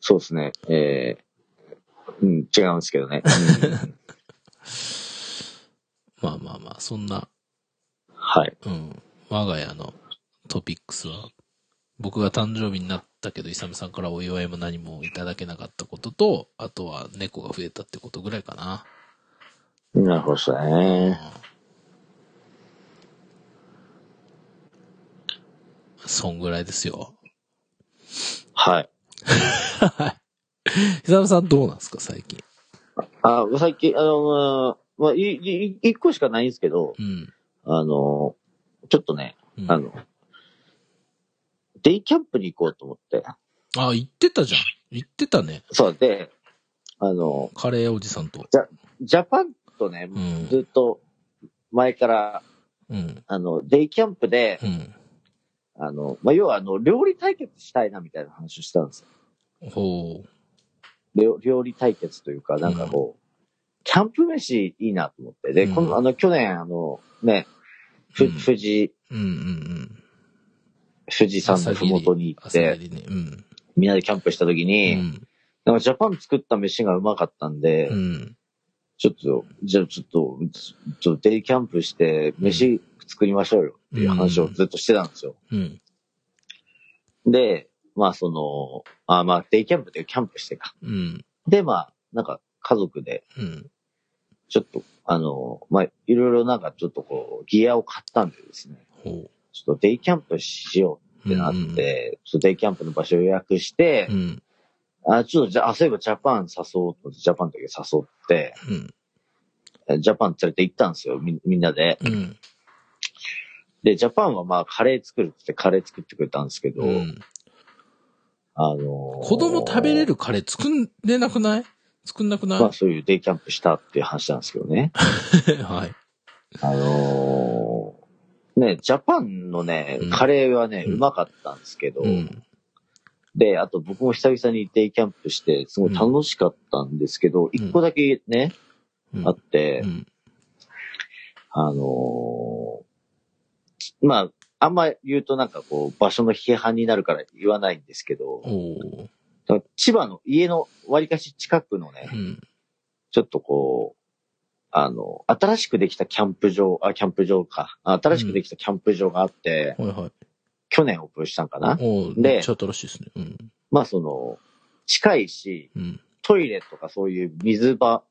Speaker 2: そうですね。えー、うん、違うんですけどね。うん
Speaker 1: まあ まあまあ、そんな、
Speaker 2: はい。
Speaker 1: うん、我が家のトピックスは、僕が誕生日になったけど、イサムさんからお祝いも何もいただけなかったことと、あとは猫が増えたってことぐらいかな。
Speaker 2: なるほどです
Speaker 1: うん
Speaker 2: ね。
Speaker 1: そんぐらいですよ。
Speaker 2: はい。
Speaker 1: イサムさんどうなんですか、最近。
Speaker 2: あ、最近、あの、まあ、い、い、一個しかないんですけど、
Speaker 1: うん。
Speaker 2: あの、ちょっとね、
Speaker 1: うん、
Speaker 2: あの、デイキャンプに行こうと思って。
Speaker 1: あ、言ってたじゃん。言ってたね。
Speaker 2: そうで、あの、
Speaker 1: カレーおじさんと。
Speaker 2: ジャパンとね
Speaker 1: う、ん。
Speaker 2: ずっと前から、
Speaker 1: うん。
Speaker 2: あの、デイキャンプで、
Speaker 1: うん。
Speaker 2: あの、まあ、要はあの、料理対決したいなみたいな話をしたんですよ
Speaker 1: ほう。
Speaker 2: 料料理対決というか、なんかこう、キャンプ飯いいなと思って。で、
Speaker 1: うん
Speaker 2: この、あの、去年、あの、ね、ふ、
Speaker 1: うん
Speaker 2: 富士、
Speaker 1: うんうんうん。
Speaker 2: 富士山のふもとに行っ
Speaker 1: 朝
Speaker 2: て、
Speaker 1: 霧ね。うん。
Speaker 2: みんなでキャンプした時
Speaker 1: う
Speaker 2: に、
Speaker 1: ん。
Speaker 2: なんかジャパン作った飯がうまかったんで、
Speaker 1: うん。
Speaker 2: ちょっと、じゃあちょっと、ちょっとデイキャンプして、飯作りましょうよっていう話をずっとしてたんですよ。
Speaker 1: うん。
Speaker 2: で、まあその、あまあデイキャンプでキャンプしてか。
Speaker 1: うん。
Speaker 2: で、まあ、なんか家族で、
Speaker 1: うん。
Speaker 2: ちょっと、あの、まあ、いろいろなんかちょっとこう、ギアを買ったんでですね、
Speaker 1: ほ
Speaker 2: ちょっとデイキャンプしよ
Speaker 1: う。
Speaker 2: うってなって、ちょっとデイキャンプの場所を予約して
Speaker 1: う、ん。
Speaker 2: あ、ちょっとじゃあ、あそういえばジャパン誘おうと思って、ジャパンだけ誘って、
Speaker 1: うん。
Speaker 2: えジャパン連れて行ったんですよ、みみんなで。
Speaker 1: うん。うん。
Speaker 2: で、ジャパンはまあ、カレー作るって言ってカレー作ってくれたんですけど、
Speaker 1: うん。
Speaker 2: あのー
Speaker 1: 子供食べれるカレー作んれなくない作んなくない、
Speaker 2: まあ、そういうデイキャンプしたっていう話なんですけどね。
Speaker 1: はい。
Speaker 2: あのーね、ジャパンのね
Speaker 1: うん、
Speaker 2: カレーはね、
Speaker 1: う
Speaker 2: うんまかったんですけど、
Speaker 1: うん。
Speaker 2: で、あと僕も久々にデイキャンプして、すごい楽しかったんですけど、一、個だけね、
Speaker 1: うん
Speaker 2: あって、
Speaker 1: うん。
Speaker 2: あのーまあ、あんま言うとなんかこう、場所の批判になるから言わないんですけど、
Speaker 1: おー
Speaker 2: 千葉の家の割かし近くのね、
Speaker 1: うん。
Speaker 2: ちょっとこう、あの、新しくできたキャンプ場、あ、キャンプ場か。あ新しくできたキャンプ場があって、
Speaker 1: はいはい。
Speaker 2: 去年オープンしたんかな。
Speaker 1: おー
Speaker 2: で
Speaker 1: めっちゃ新しいですね。うん。
Speaker 2: まあその、近いし、
Speaker 1: うん。
Speaker 2: トイレとかそういう水場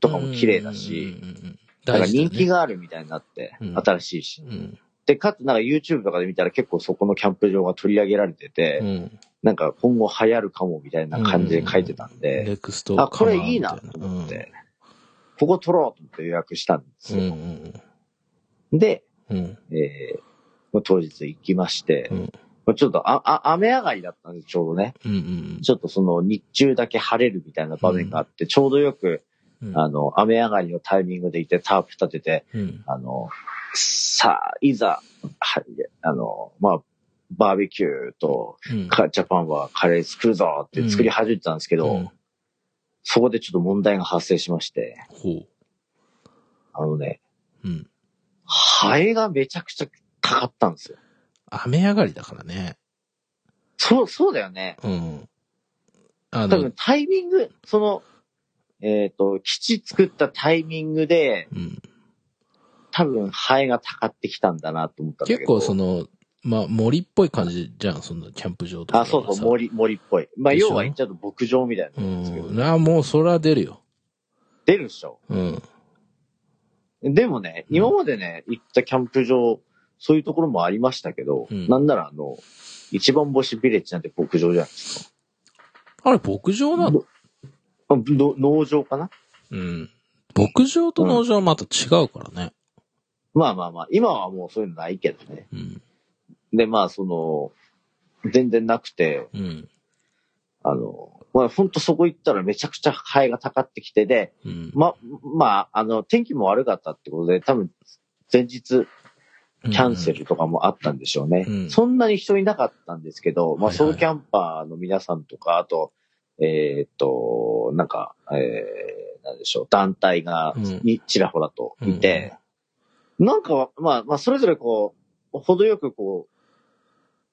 Speaker 2: とかも綺麗だし、
Speaker 1: うんうんうんうん、
Speaker 2: なんか
Speaker 1: 大事だね
Speaker 2: 人気があるみたいになって、
Speaker 1: うん
Speaker 2: 新しいし。
Speaker 1: うん。
Speaker 2: で、かつなんか YouTube とかで見たら結構そこのキャンプ場が取り上げられてて、
Speaker 1: うん。
Speaker 2: なんか今後流行るかもみたいな感じで書いてたんで、
Speaker 1: ネクスト
Speaker 2: あ、これいいなと思っ。て、ここ取ろうと思って予約したんで
Speaker 1: う
Speaker 2: す
Speaker 1: んう
Speaker 2: よ。
Speaker 1: ん
Speaker 2: で、
Speaker 1: うん。うん。
Speaker 2: えーまあ当日行きまして、
Speaker 1: うん
Speaker 2: まあちょっとああ雨上がりだったんでちょうどね、
Speaker 1: うんうん
Speaker 2: ちょっとその日中だけ晴れるみたいな場面があって、ちょうどよく
Speaker 1: うん
Speaker 2: あの、雨上がりのタイミングで行ってタープ立てて、
Speaker 1: うん。
Speaker 2: あの、さあ、いざ、はい、あの、まあ、バーベキューと、
Speaker 1: うん。
Speaker 2: かジャパンはカレー作るぞって作り始めてたんですけど、
Speaker 1: うん
Speaker 2: そこでちょっと問題が発生しまして、
Speaker 1: ほ
Speaker 2: あのね、
Speaker 1: う。うん。
Speaker 2: ハエがめちゃくちゃかかったんですよ。
Speaker 1: 雨上がりだからね。
Speaker 2: そう、そうだよね。
Speaker 1: うん。あ
Speaker 2: 多
Speaker 1: の
Speaker 2: 分、タイミング、その、えっ、と、基地作ったタイミングで、
Speaker 1: うん。
Speaker 2: 多分、ハエがたかってきたんだなと思ったんだけど。
Speaker 1: 結構その、まあ、森っぽい感じじゃん、そのキャンプ場とか。
Speaker 2: あ、そうそう、。森、森っぽい。まあ、
Speaker 1: でしょ
Speaker 2: 要は言っちゃうと牧場みたいな
Speaker 1: う
Speaker 2: もんですけど、
Speaker 1: ん。あもうそれは出るよ。
Speaker 2: 出るでしょ。
Speaker 1: うん。
Speaker 2: でもね、
Speaker 1: うん
Speaker 2: 今までね、行ったキャンプ場、そういうところもありましたけど、
Speaker 1: うん
Speaker 2: なんならあの、一番星ビレッジなんて牧場じゃないですか。
Speaker 1: あれ、牧場なの
Speaker 2: あの農場かな
Speaker 1: うん。牧場と農場はまた違うからね。
Speaker 2: まあまあまあ、今はもうそういうのないけどね。
Speaker 1: うん。
Speaker 2: で、まあ、その、全然なくて、
Speaker 1: うん。
Speaker 2: あの、まあ、ほんとそこ行ったらめちゃくちゃハエがたかってきてで、
Speaker 1: うん。
Speaker 2: ま、まあ、あの、天気も悪かったってことで、多分、前日、キャンセルとかもあったんでしょうね。
Speaker 1: うん
Speaker 2: そんなに人いなかったんですけど、まあ、
Speaker 1: はいはい
Speaker 2: ソロキャンパーの皆さんとか、あと、えーっと、なんか、えー、なんでしょう、団体が、
Speaker 1: うん
Speaker 2: にちらほらといて、なんか、まあ、まあ、それぞれこう、程よくこう、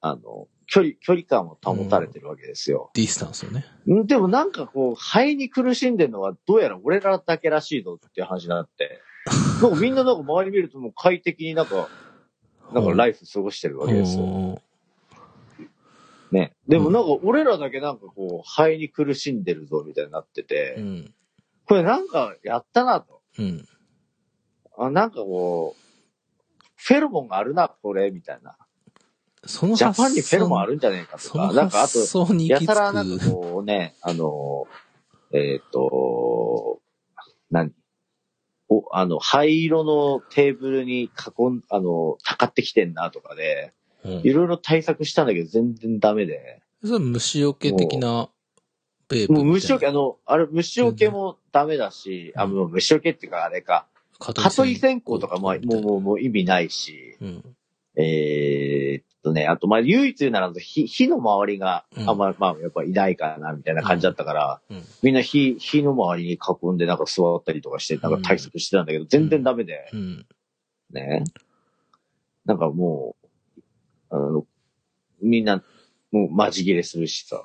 Speaker 2: あの、距離、距離感を保たれてるわけですよ。
Speaker 1: ディスタンスをね。
Speaker 2: んでもなんかこう、肺に苦しんでるのはどうやら俺らだけらしいぞっていう話になって、なんかみんななんか周り見るともう快適になんか、なんかラ
Speaker 1: イ
Speaker 2: イフ過ごしてる
Speaker 1: ブ
Speaker 2: わけですよ。
Speaker 1: よ。
Speaker 2: ね。でもなんか俺らだけなんかこう、肺に苦しんでるぞみたいになって
Speaker 1: う
Speaker 2: て、
Speaker 1: ん。
Speaker 2: これなんかやったなと。
Speaker 1: うん。
Speaker 2: あなんかこう、フェロモンがあるな、これ、みたいな。
Speaker 1: その
Speaker 2: ジャパンにフェロモンあ
Speaker 1: る
Speaker 2: るんじゃねえかと
Speaker 1: その
Speaker 2: か、なんかあと
Speaker 1: 発、想に行
Speaker 2: や
Speaker 1: き着
Speaker 2: たらなんか
Speaker 1: く。
Speaker 2: こうね、あの、えっ、と、何お、あの、灰色のテーブルに囲ん、あの、たかってきてんなとかで、
Speaker 1: うん
Speaker 2: いろいろ対策したんだけど全然ダメで。
Speaker 1: それ虫除け的なベープみたい
Speaker 2: も
Speaker 1: うな。
Speaker 2: 虫除け、あの、あれ、虫除けもダメだし、あ、もう虫除けっていうかあれか、
Speaker 1: 蚊
Speaker 2: 蚊取
Speaker 1: 取
Speaker 2: り
Speaker 1: り
Speaker 2: 線
Speaker 1: 線
Speaker 2: 香
Speaker 1: 香
Speaker 2: と
Speaker 1: と
Speaker 2: か
Speaker 1: か
Speaker 2: も
Speaker 1: も、
Speaker 2: もう、もう、もう意味ないし、
Speaker 1: うん。
Speaker 2: えーっとね、あと、まあ、唯一言うなら、火、火の周りが、
Speaker 1: うん
Speaker 2: あんま、まあ、やっぱいないかな、みたいな感じだったから、
Speaker 1: うんうん
Speaker 2: みんな火、火の周りに囲んで、なんか座ったりとかして、なんか対策してたんだけど、全然ダメで、
Speaker 1: うん。
Speaker 2: ね。なんかもう、あの、みんな、もう、まじ切れするしさ。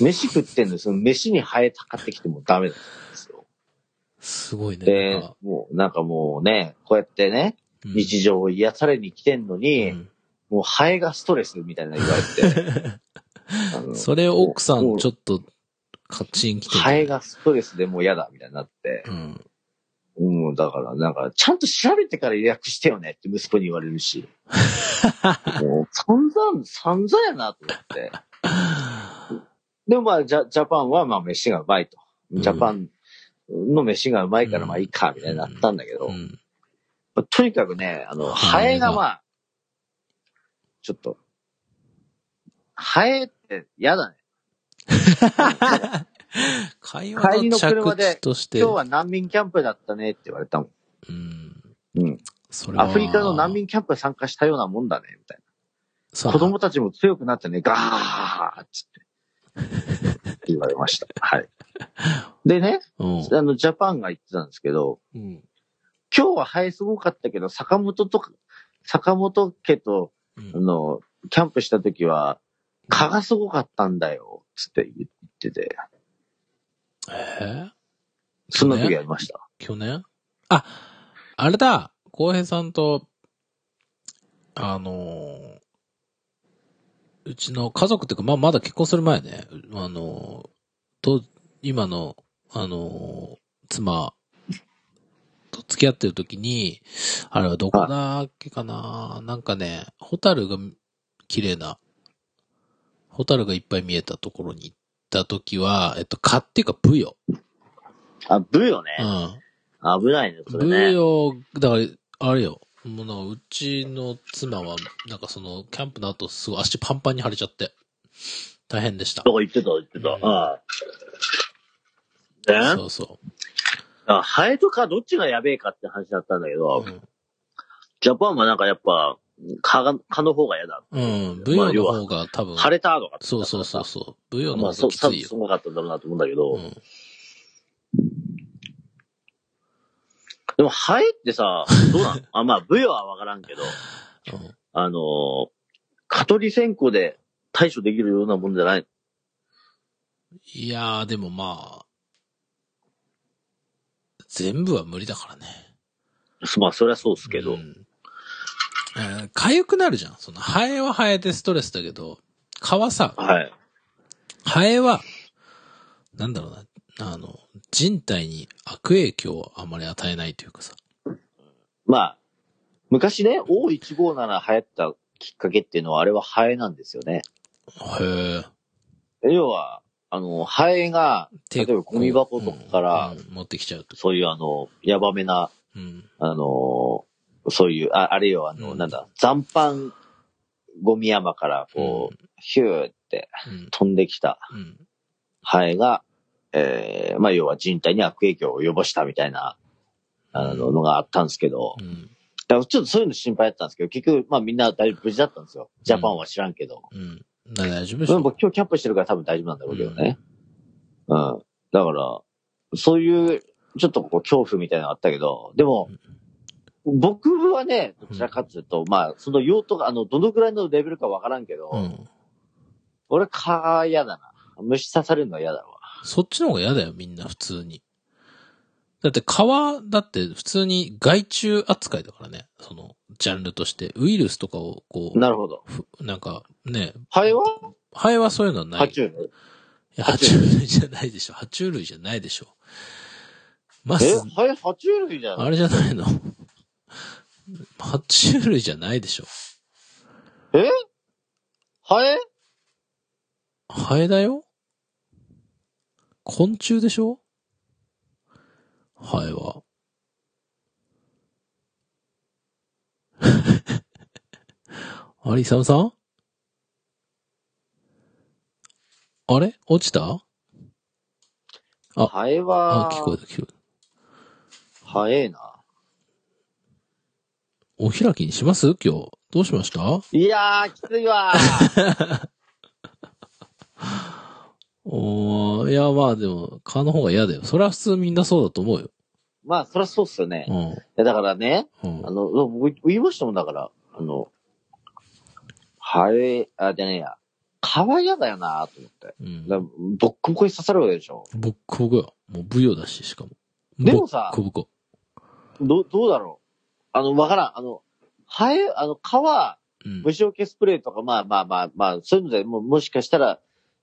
Speaker 2: 飯食ってんのその飯にハエたかってきてもダメだったんですよ。
Speaker 1: すごいね。
Speaker 2: で
Speaker 1: なんか、
Speaker 2: もう、なんかもうね、こうやってね、
Speaker 1: うん
Speaker 2: 日常を癒されに来てんのに、
Speaker 1: うん
Speaker 2: もうハエがストレスみたいな言われて。 あの
Speaker 1: それ奥さ
Speaker 2: も
Speaker 1: ん
Speaker 2: う
Speaker 1: ちょっとカチンきてる
Speaker 2: ハエ。がストレスでもう嫌だみたいになって。
Speaker 1: うん。
Speaker 2: うん、だからなんか、ちゃんと調べてから予約してよねって息子に言われるし。もう散々、散々やなと思って。でもまあ、ジャジャパンはまあ飯がうまいと。
Speaker 1: うん
Speaker 2: ジャパンの飯がうまいからまあいいか、みたいになったんだけど、
Speaker 1: うん。
Speaker 2: まあとにかくね、あの、ハ
Speaker 1: ハ
Speaker 2: エ
Speaker 1: エが
Speaker 2: がまあ、ちょっと、ハエって嫌だね。
Speaker 1: 会話の着地として。
Speaker 2: 今日は難民キャンプだったねって言われたもん。
Speaker 1: うん。
Speaker 2: うん。
Speaker 1: それは
Speaker 2: アフリカの難民キャンプに参加したようなもんだね、みたい
Speaker 1: さ
Speaker 2: な。
Speaker 1: あ
Speaker 2: 子供たちも強くなってね、ガーッつって言われま した。はい。でね、
Speaker 1: うん
Speaker 2: あの、ジャパンが言ってたんですけど、
Speaker 1: うん。
Speaker 2: 今日はハエすごかったけど、坂本とか、坂本家と、
Speaker 1: うん
Speaker 2: あの、キャンプした時は、蚊がすごかったんだよ、つって言ってて、
Speaker 1: えー
Speaker 2: そんな時ありました。
Speaker 1: 去年あ、あれだ浩平さんと、あのーうちの家族っていうか、まあ、まだ結婚する前ね、うあのーと、今の、あのー妻と付き合ってる時に、あれはどこだっけかななんかね、ホタルが綺麗な、ホタルがいっぱい見えたところに行った時は、えっと、蚊っていうか、ブヨ。
Speaker 2: あ、ブヨ
Speaker 1: う
Speaker 2: ね。
Speaker 1: ん。
Speaker 2: 危ないね、それ
Speaker 1: ブ
Speaker 2: ね。
Speaker 1: ヨ、だから、あれよ。もうなんかうちの妻は、なんかその、キャンプの後、すごい足パンパンに腫れちゃって、大変でした
Speaker 2: ど。こ行ってた、行ってた。
Speaker 1: うん
Speaker 2: ああ。ね
Speaker 1: そうそう。
Speaker 2: あハエとかどっちがやべえかって話だったんだけど、
Speaker 1: うん
Speaker 2: ジャパンはなんかやっぱ、蚊が、蚊の方が嫌だ。
Speaker 1: うん。
Speaker 2: まあ
Speaker 1: VO の
Speaker 2: 要は
Speaker 1: 方が多分、
Speaker 2: 腫れたとかって言
Speaker 1: そう
Speaker 2: った
Speaker 1: そ
Speaker 2: から
Speaker 1: う
Speaker 2: さ
Speaker 1: そうそう。VO
Speaker 2: ま
Speaker 1: の
Speaker 2: あ、
Speaker 1: 方が
Speaker 2: そう、
Speaker 1: き
Speaker 2: 多
Speaker 1: つ
Speaker 2: 分
Speaker 1: い
Speaker 2: す
Speaker 1: よ。
Speaker 2: ごかったんだろうなと思うんだけど、
Speaker 1: うん。
Speaker 2: でもハエってさ、どうなの あ、まあ、ブヨはわからんけど、
Speaker 1: うん
Speaker 2: あのー、蚊取り線香で対処できるようなもんじゃない。
Speaker 1: いやー、でもまあ、全部は無理だからね。
Speaker 2: まあ、そりゃそうっすけど。
Speaker 1: うんえーかゆくなるじゃん。その、ハエはハエでストレスだけど、蚊はさ、
Speaker 2: はい。
Speaker 1: ハエは、なんだろうな、あの、人体に悪影響をあまり与えないというかさ。
Speaker 2: まあ、昔ね、O157 流行ったきっかけっていうのは、あれはハエなんですよね。
Speaker 1: へえ。
Speaker 2: 要は、あの、ハエが、例えばゴミ箱とかから
Speaker 1: うんうん持ってきちゃうと。
Speaker 2: そういうあの、ヤバめな、
Speaker 1: うん。
Speaker 2: あのーそういう、ああれよ、あの、
Speaker 1: うん
Speaker 2: なんだ、残飯ゴミ山から、こう、ヒューって
Speaker 1: うん。
Speaker 2: 飛んできた
Speaker 1: うん。
Speaker 2: ハエが、えーまあ、要は人体に悪影響を及ぼしたみたいな、あの、のがあったんですけど、
Speaker 1: うん。
Speaker 2: だからちょっとそういうの心配だったんですけど、結局、まあみんな大丈夫無事だったんですよ。ジャパンは知らんけど。
Speaker 1: うん。だから大丈夫でし
Speaker 2: で
Speaker 1: ょ。
Speaker 2: も僕今日キャンプしてるから多分大丈夫なんだろうけどね。うん。だから、そういう、ちょっとこう恐怖みたいなのあったけど、でも、僕はね、どちらかというと、まあ、その用途が、あの、どのぐらいのレベルかわからんけど、
Speaker 1: うん。
Speaker 2: 俺、蚊は嫌だな。虫刺されるのは嫌だわ。
Speaker 1: そっちの方が嫌だよ、みんな、普通に。だって、皮、だって、普通に害虫扱いだからね。その、ジャンルとして。ウイルスとかを、こう、
Speaker 2: なるほど。
Speaker 1: ふなんか、ね、
Speaker 2: ハエは
Speaker 1: ハエはそういうのはな
Speaker 2: 爬
Speaker 1: い。い
Speaker 2: 虫類
Speaker 1: や爬
Speaker 2: 爬
Speaker 1: 虫
Speaker 2: 虫
Speaker 1: 類じゃないでしょ。爬虫類じゃないでしょ。マ
Speaker 2: え
Speaker 1: ス、
Speaker 2: ハエ爬虫類じゃ
Speaker 1: あ
Speaker 2: ん。
Speaker 1: れじゃないの爬虫類じゃないでしょ。
Speaker 2: ハエ
Speaker 1: ハエだよ昆虫でしょハエは。 あれ、イサムさんあれ落ちたあ
Speaker 2: ハエ
Speaker 1: あ
Speaker 2: は、
Speaker 1: 聞こえた聞こえた。
Speaker 2: ハエな。
Speaker 1: お開きにします今日。どうしました
Speaker 2: いやー、きついわ ー。
Speaker 1: おーいや、まあでも、蚊の方が嫌だよ。それは普通みんなそうだと思うよ。
Speaker 2: まあ、そりゃそうっすよね。い
Speaker 1: うん
Speaker 2: やだからね、。
Speaker 1: うん
Speaker 2: あ。の、僕言いましたもんだから、あの、ハエ、あ、じゃねえや、蚊は嫌だよなと思って。
Speaker 1: うん
Speaker 2: だからボッコボコに刺さるわけでしょ。
Speaker 1: ボッコボコよ。もうブヨだし、しかも。
Speaker 2: でもさ
Speaker 1: ボッコボコ。
Speaker 2: どう、どうだろう。あの、わからん。あの、ハエ、あの、蚊は、
Speaker 1: うん。
Speaker 2: 虫除けスプレーとか、まあまあまあまあ、そういうのでも、もしかしたら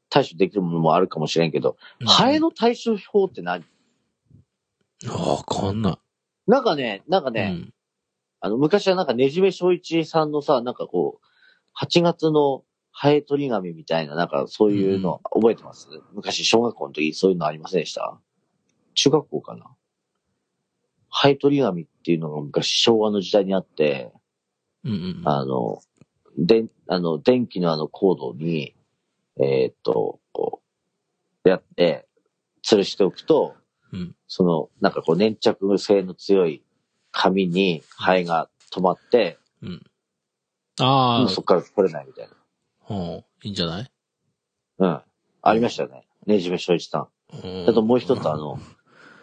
Speaker 2: 対処できるものもあるかもしれんけど、ハエの対処法って
Speaker 1: う
Speaker 2: 何
Speaker 1: んわかんな
Speaker 2: なんかね、なんか
Speaker 1: い。
Speaker 2: ね、あの、昔はなんかねじめ正一さんのさ、なんかこう、8月のハエ取り紙みたいな、なんかそういうの覚えてます、昔小学校の時そういうのありませんでした中学校かなハエ取り紙っていうのが昔昭和の時代にあって、
Speaker 1: うん。うんうん。
Speaker 2: あの、で、あの、電気のあのコードに、えーっと、こう、やって、吊るしておくと、
Speaker 1: うん
Speaker 2: その、なんかこう粘着性の強い紙にハエが止まって、も
Speaker 1: あ
Speaker 2: うそっから来れないみたい
Speaker 1: あ、うん。いいんじゃない
Speaker 2: な。うん。ありましたよね。ねじめ正一さ
Speaker 1: うん
Speaker 2: ん。あともう一つあの、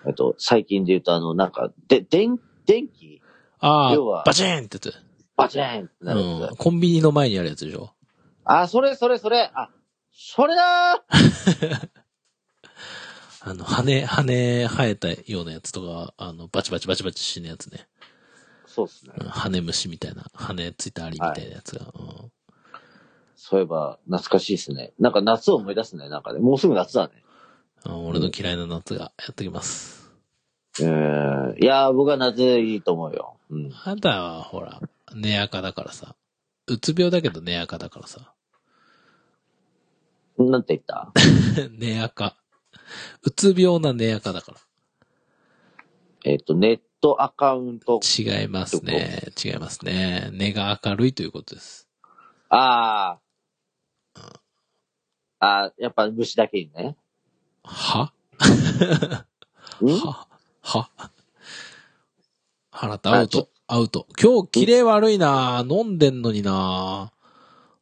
Speaker 2: えっと、最近で言うとあの、なんか、で、電、電気
Speaker 1: あ
Speaker 2: 要は
Speaker 1: あ、バチーンってやつ。
Speaker 2: バチーンってなるやつ。
Speaker 1: うん。コンビニの前にあるやつでしょ。
Speaker 2: あ、それそれそれ。あ、それだー
Speaker 1: あの、羽、羽生えたようなやつとか、あの、バチバチバチバチ死ぬやつね。
Speaker 2: そうっすね。
Speaker 1: うん羽虫みたいな、羽ついたアリみたいなやつが。うん
Speaker 2: そういえば、懐かしいですね。なんか夏を思い出すね、なんかね。もうすぐ夏だね。
Speaker 1: あ俺の嫌いな夏がやってきます。
Speaker 2: えー、いやー、僕は夏いいと思うよ。うん。
Speaker 1: あんたは、ほら、寝垢だからさ。うつ病だけど寝垢だからさ。
Speaker 2: なんて言った
Speaker 1: 寝垢。うつ病な寝垢だから。
Speaker 2: えっ、と、ネットアカウント。
Speaker 1: 違いますね。違いますね。根が明るいということです。
Speaker 2: あー。あー、やっぱ虫だけにね。
Speaker 1: は
Speaker 2: ん
Speaker 1: はは原田アウト、アウト。今日、キレ悪いな飲んでんのにな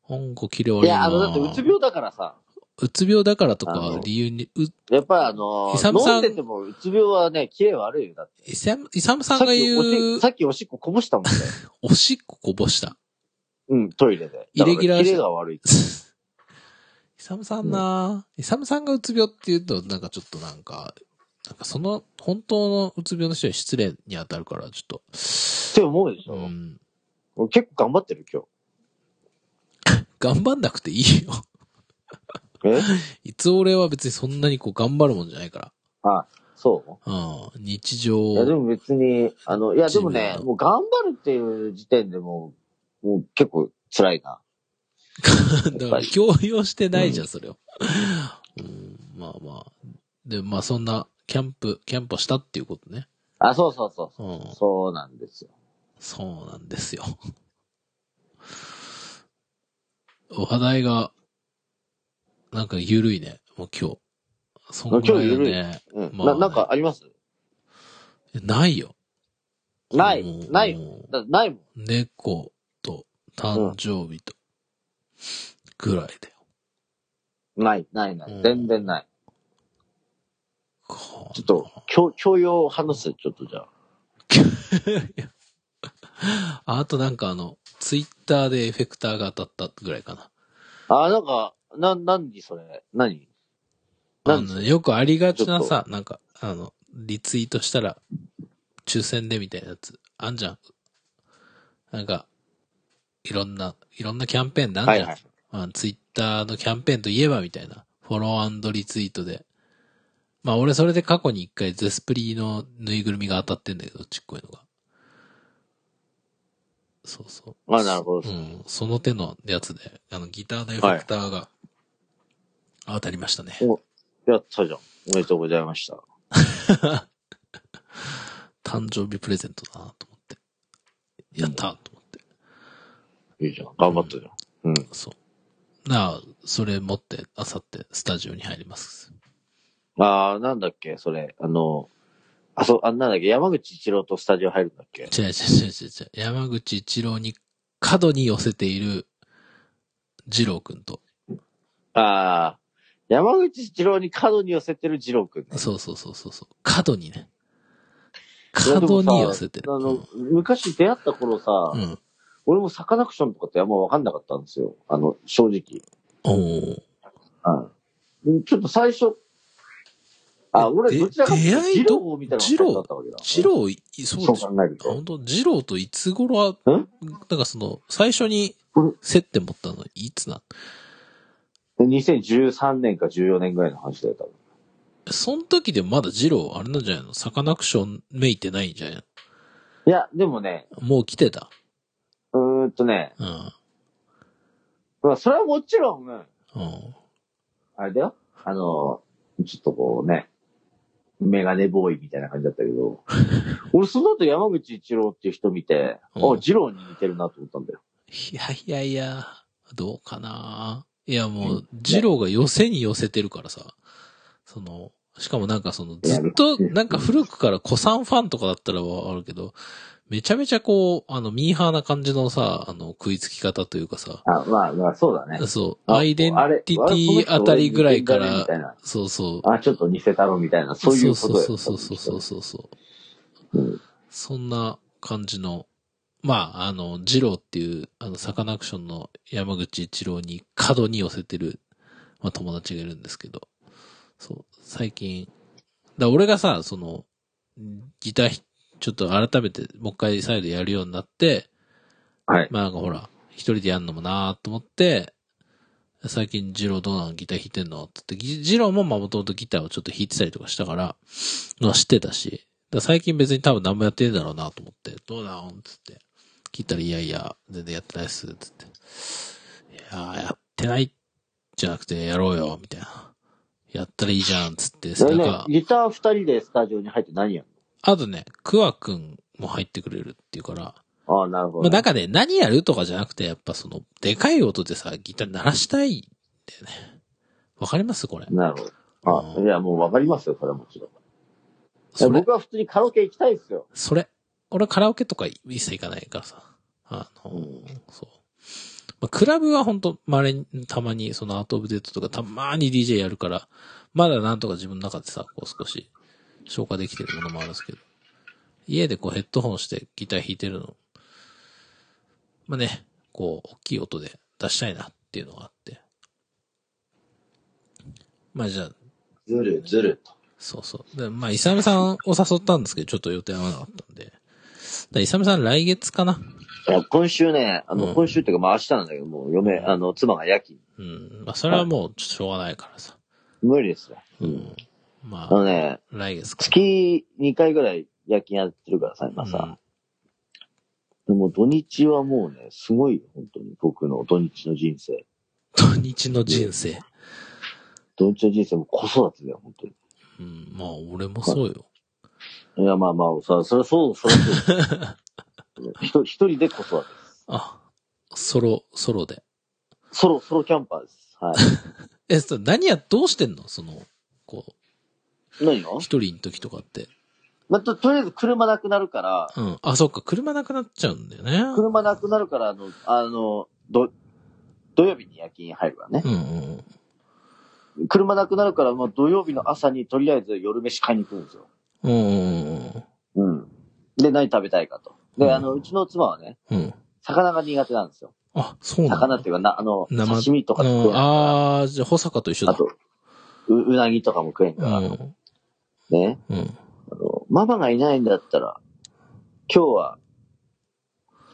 Speaker 1: なんかキレ悪
Speaker 2: い
Speaker 1: いな
Speaker 2: や、あの、だってうつ病だからさ、
Speaker 1: うつ病だからと
Speaker 2: あ
Speaker 1: か
Speaker 2: の、
Speaker 1: 理由に、う、
Speaker 2: やっぱりあの
Speaker 1: イサムさん
Speaker 2: 飲んでてもうつ病はね、キレ悪いよ、だって。
Speaker 1: イサム、イサムさ
Speaker 2: さ
Speaker 1: ん
Speaker 2: っ
Speaker 1: が
Speaker 2: きお
Speaker 1: 言
Speaker 2: し
Speaker 1: う
Speaker 2: さ、っきおしっここぼしたもんね。
Speaker 1: おしっここぼ した。
Speaker 2: うん、トイレで。
Speaker 1: イレギュラー
Speaker 2: だからキレが悪い。
Speaker 1: イサムさんな、イサムさんがうつ病って言うと、なんかちょっとなんか、なんかその、本当のうつ病の人に失礼に当たるから、ちょ
Speaker 2: っ
Speaker 1: って
Speaker 2: 思うでし
Speaker 1: と、
Speaker 2: ょ。
Speaker 1: うん、
Speaker 2: 俺結構頑張ってる、今
Speaker 1: 頑張んなくていいよ。
Speaker 2: 日。え
Speaker 1: いつ俺は別にそんなにこう頑張るもんじゃないか
Speaker 2: そう
Speaker 1: ら。うん、日常
Speaker 2: いや、でも別に、あの、いや、でも
Speaker 1: 自
Speaker 2: ね
Speaker 1: 分、の
Speaker 2: もう頑張るっていう時点でもう、もう結構辛いな。
Speaker 1: だから強要してないじゃん、それを。うん、まあまあ。で、まあそんな、キャンプ、キャンプをしたっていうことね。
Speaker 2: あ、そうそうそう
Speaker 1: う
Speaker 2: そう。
Speaker 1: ん。
Speaker 2: そうなんですよ。
Speaker 1: そうなんですよ。お話題が、なんか緩いね、もう今日。そんぐらいだね。
Speaker 2: うん。
Speaker 1: まあ
Speaker 2: な、なんかあります
Speaker 1: ないよ。
Speaker 2: ない
Speaker 1: もう
Speaker 2: ない
Speaker 1: もう
Speaker 2: だないもん。
Speaker 1: 猫と誕生日と、ぐらいだよ。
Speaker 2: ない、ない、な
Speaker 1: うん
Speaker 2: い。全然ない。
Speaker 1: こんな
Speaker 2: ちょっと、教、教養を話す、ちょっとじゃあ。
Speaker 1: あとなんかあの、ツイッターでエフェクターが当たったぐらいかな。
Speaker 2: あ、なんか、な、なんにそれ何
Speaker 1: あ
Speaker 2: なん
Speaker 1: の、よくありがちなさ、なんか、あの、リツイートしたら、抽選でみたいなやつ、あんじゃん。なんか、いろんな、いろんなキャンペーンなんじゃ
Speaker 2: は
Speaker 1: ん。
Speaker 2: いはい。
Speaker 1: まあ、ツイッターのキャンペーンといえばみたいな、フォローリツイートで。まあ、俺それで過去に一回ゼスプリのぬいぐるみが当たってんだけど、ちっこいのが。そうそう。
Speaker 2: あなるほど
Speaker 1: うん、その手のやつで、あの、ギターのエフェクターが当たりましたね。
Speaker 2: やったじゃん。おめでとうございました。
Speaker 1: 誕生日プレゼントだなと思って。やったと思って。
Speaker 2: いいじゃん。頑張ったじゃん。うん。
Speaker 1: そう。なあ、それ持って、あさってスタジオに入ります。
Speaker 2: あー、なんだっけそれ。あの、あ、そう、あ、なんだっけ山口一郎とスタジオ入るんだっけ
Speaker 1: 違う違う違う違う違う。山口一郎に、角に寄せている、二郎くんと。
Speaker 2: ああ、山口一郎に角に寄せてる二郎くんね。
Speaker 1: そうそうそうそうそう。角にね。
Speaker 2: いやでも
Speaker 1: 角
Speaker 2: さ
Speaker 1: に寄せてる。
Speaker 2: あ
Speaker 1: う
Speaker 2: の
Speaker 1: ん、
Speaker 2: 昔出会った頃さ、
Speaker 1: うん。
Speaker 2: 俺もサカナクションとかってあんま分かんなかったんですよ。あの、正直。
Speaker 1: おー
Speaker 2: うん。ちょっと最初、あ、俺、
Speaker 1: で
Speaker 2: どちらかっていうと
Speaker 1: 出会い
Speaker 2: 二
Speaker 1: と
Speaker 2: 郎を見たのが最初だったわけだ。
Speaker 1: 二郎、い
Speaker 2: うん
Speaker 1: そう
Speaker 2: そう
Speaker 1: でしょ。
Speaker 2: 考えると。
Speaker 1: 本当二郎といつ頃は、
Speaker 2: うん
Speaker 1: なんかその、最初に
Speaker 2: うん
Speaker 1: 接点持ったのいつな
Speaker 2: で2013年か14年ぐらいの話だよ、多分。
Speaker 1: その時でもまだ二郎、あれなんじゃないのサカナクションめいてないんじゃない
Speaker 2: いや、でもね、
Speaker 1: のもう来てた。
Speaker 2: うーんとね、
Speaker 1: うん。
Speaker 2: まあ、それはもちろん、うん
Speaker 1: うん。
Speaker 2: あれだよ。あの、ちょっとこうね、メガネボーイみたいな感じだったけど、俺その後山口一郎っていう人見て、
Speaker 1: うん
Speaker 2: あ、二郎に似てるなと思ったんだよ。
Speaker 1: いやいやいや、どうかないやも
Speaker 2: う
Speaker 1: う、ジローが寄せに寄せてるからさ、その、しかもなんかその、ずっと、
Speaker 2: いや
Speaker 1: なんか古くから古参ファンとかだったらわかるけど、めちゃめちゃこう、あの、ミーハーな感じのさ、あの、食いつき方というかさ、
Speaker 2: あ、まあまあ、そうだね。
Speaker 1: そう、
Speaker 2: あ
Speaker 1: アイデンティティあたりぐらいか。
Speaker 2: あれこの人俺似てんだね
Speaker 1: ら
Speaker 2: みた、いな
Speaker 1: そうそう、
Speaker 2: あ、ちょっと似せたろみたいな、そういうことよ
Speaker 1: そうそうそうそうそうそうそう、
Speaker 2: うん
Speaker 1: そんな感じの、まあ、あの、ジローっていう、あの、サカナクションの山口一郎に角に寄せてる、まあ、友達がいるんですけど、そう、最近、だ俺がさ、その、ギターひ、ちょっと改めて、もう一回再度やるようになって、
Speaker 2: はい。
Speaker 1: まあなんかほら、一人でやるのもなーと思って、最近、ジローどうなのギター弾いてんのって言ってギ、ジローもまあもともとギターをちょっと弾いてたりとかしたから、のは知ってたし、だから最近別に多分何もやってねえだろうなと思って、どうなんつって、聞いたら、いやいや、全然やってないっす、つって。いやー、やってないじゃなくて、やろうよ、みたいな。やったらいいじゃん、つって、
Speaker 2: で
Speaker 1: なん
Speaker 2: ね
Speaker 1: か、、
Speaker 2: ギター二人でスタジオに入って何やん
Speaker 1: あとね、クワくんも入ってくれるっていうから、
Speaker 2: のあなる
Speaker 1: ま
Speaker 2: ほ
Speaker 1: あ、
Speaker 2: どね。
Speaker 1: なんかね、何やるとかじゃなくて、やっぱその、でかい音でさ、ギター鳴らしたいんだよね。わかりますこれ。
Speaker 2: なるほど。あ、いや、もうわかりますよ、それはもちろん。
Speaker 1: それ、
Speaker 2: 僕は普通にカラオケ行きたいですよ。
Speaker 1: それ。俺はカラオケとか一切行かないからさ。あの、
Speaker 2: うん
Speaker 1: そう。まあ、クラブは本当まれに、たまに、そのアートオブデートとかたまに DJ やるから、まだなんとか自分の中でさ、こう少し消化できてるものもあるんですけど。家でこうヘッドホンしてギター弾いてるの。まあね、こう、大きい音で出したいなっていうのがあって。まあじゃあ、
Speaker 2: ずるずると。
Speaker 1: そうそう。でまあ、イサムさんを誘ったんですけど、ちょっと予定合わなかったんで。だからイサムさん来月かな
Speaker 2: だから今週ね、あ
Speaker 1: うん
Speaker 2: の、今週っていうか、まあ明日なんだけど、もう嫁、あの、妻が夜勤。
Speaker 1: うん。まあ、それはもう、ちょっとしょうがないからさ。
Speaker 2: 無理ですね。
Speaker 1: うん。ま
Speaker 2: あ
Speaker 1: あ、
Speaker 2: のね、
Speaker 1: 来月かな。
Speaker 2: 月2回ぐらい夜勤やってるからさ、今さ。でも土日はもうね、すごいよ、本当に。僕の土日の人生。
Speaker 1: うん、土日の人生。
Speaker 2: 土日の人生も子育てだよ、本当に。
Speaker 1: うん。まあ、俺もそうよ。
Speaker 2: いや、まあまあ、そそれはそう、それは そう。ひと一人で子育てです。
Speaker 1: あ、ソロ、ソロで。
Speaker 2: ソロ、ソロキャンパーです。はい。
Speaker 1: え、そう何や、どうしてんのその、こう、
Speaker 2: 何が
Speaker 1: 一人の時とかって。
Speaker 2: まあと、とりあえず車なくなるから、
Speaker 1: うん。あ、そっか、車なくなっちゃうんだよね。
Speaker 2: 車なくなるから、あの、あの、ど、土曜日に夜勤入るからね
Speaker 1: う。んうんうん。
Speaker 2: 車なくなるから、もう土曜日の朝にとりあえず夜飯買いに行くんですよ。
Speaker 1: うんうんうん
Speaker 2: うん。で、何食べたいかと。
Speaker 1: うん
Speaker 2: で、あの、うちの妻はね、
Speaker 1: うん。うん。
Speaker 2: 魚が苦手なんですよ。
Speaker 1: あ、そうなんだ。
Speaker 2: 魚っていうか、な、あの、
Speaker 1: 生
Speaker 2: 刺身とか食え
Speaker 1: う
Speaker 2: ない
Speaker 1: ん
Speaker 2: か
Speaker 1: ああ、じゃあ、保坂と一緒
Speaker 2: ら。
Speaker 1: だ。
Speaker 2: あと、う、うなぎとかも食えん
Speaker 1: う
Speaker 2: から。
Speaker 1: ん。
Speaker 2: ね。
Speaker 1: うん。
Speaker 2: あの、ママがいないんだったら、今日は、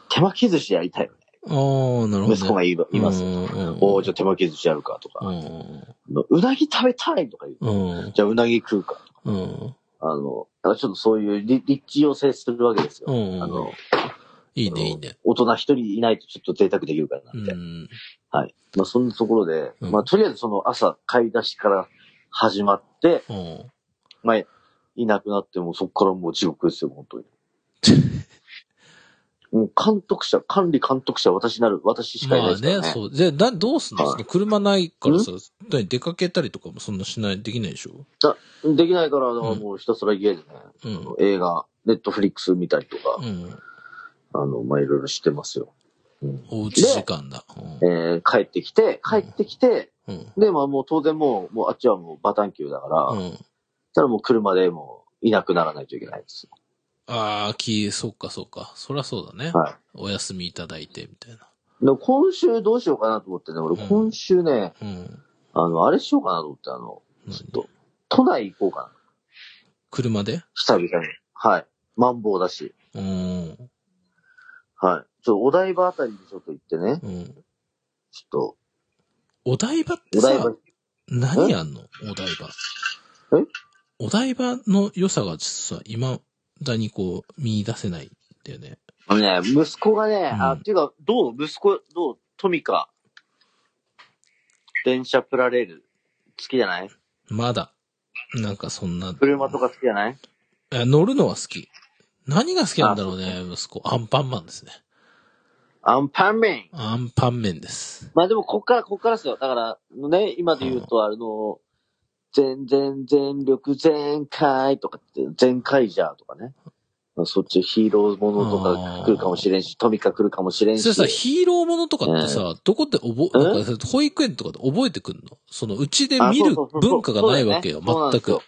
Speaker 2: 手巻き寿司やりたいよね。
Speaker 1: ああ、なるほど、ね。
Speaker 2: 息子がいるいます
Speaker 1: う。んうんうん、
Speaker 2: おーじゃあ手巻き寿司やるかとか。あのうなぎ食べたいとか言う。
Speaker 1: うん。うん。
Speaker 2: じゃあうなぎ食うか。
Speaker 1: うん。
Speaker 2: あの、だからちょっとそういう立立地を制するわけですよ。
Speaker 1: うん。
Speaker 2: あの、
Speaker 1: いいね、いいね。
Speaker 2: 大人一人いないとちょっと贅沢できるから
Speaker 1: う
Speaker 2: なんて。
Speaker 1: ん。
Speaker 2: まあそんなところで、
Speaker 1: うん
Speaker 2: まあとりあえずその朝買い出しから始まって、
Speaker 1: うん。
Speaker 2: まあいなくなってもそこからもう地獄ですよ、本 当に。もう監督者、管理監督者は私なる、私しかいない
Speaker 1: ま
Speaker 2: で
Speaker 1: あ
Speaker 2: すからね。
Speaker 1: ね、そう。じゃあ、などうすんの
Speaker 2: はい
Speaker 1: その車ないからさ、何出かけたりとかもそんなしない、できないでしょ
Speaker 2: できないから、だから
Speaker 1: うん
Speaker 2: もうひたすら家でね、
Speaker 1: うん。
Speaker 2: 映画、ネットフリックス見たりとか
Speaker 1: う、ん。
Speaker 2: あの、まあいろいろしてますよ。
Speaker 1: おうち時間だ。
Speaker 2: えー帰ってきて、帰ってきて、
Speaker 1: うん。うん。
Speaker 2: で、まあもう当然もう、もうあっちはもうバタン級だから、
Speaker 1: う
Speaker 2: そし
Speaker 1: ん。
Speaker 2: たらもう車でもういなくならないといけないです。
Speaker 1: ああ、き、そうか、そうか。そりゃそうだね。
Speaker 2: は
Speaker 1: お休みいただいて、みたいな。
Speaker 2: い。で今週どうしようかなと思ってね、俺
Speaker 1: うん
Speaker 2: 今週ね、
Speaker 1: うん。
Speaker 2: あの、あれしようかなと思って、あの、ちょっと、都内行こうかな。
Speaker 1: 車で
Speaker 2: 久々に。はい。マンボウだし。
Speaker 1: うん。
Speaker 2: はい。ちょっとお台場あたりにちょっと行ってね、
Speaker 1: うん。
Speaker 2: ちょ
Speaker 1: お台場っ
Speaker 2: っと、
Speaker 1: て
Speaker 2: お台場
Speaker 1: さ、何やんのお台場。
Speaker 2: え
Speaker 1: お台場の良さが実は未だにこう見出せないんだよね。
Speaker 2: あのね、息子がね、あ、
Speaker 1: うん
Speaker 2: っていうか、どう息子、どうトミカ。電車プラレール、好きじゃない
Speaker 1: まだ。なんかそんな。
Speaker 2: 車とか好きじゃない
Speaker 1: いや乗るのは好き。何が好きなんだろうね、息子。アンパンマンですね。
Speaker 2: アンパンメン
Speaker 1: アンパンメンです。
Speaker 2: まあでも、こっから、こっからですよ。だから、ね、今で言うと、あの、全然全力全開とかって、全開じゃとかね。まあそっちヒーローものと
Speaker 1: あ
Speaker 2: か
Speaker 1: ー
Speaker 2: 来るかもしれんし、トミカ来るかもしれん
Speaker 1: それ
Speaker 2: し。
Speaker 1: さ、ヒーローものとかってさ、どこで覚え、
Speaker 2: え
Speaker 1: なんか保育園とかで覚えてくんのその、うちで見
Speaker 2: あ
Speaker 1: る
Speaker 2: そうそうそう
Speaker 1: 文化がないわけよ、
Speaker 2: そうだよね
Speaker 1: 全く。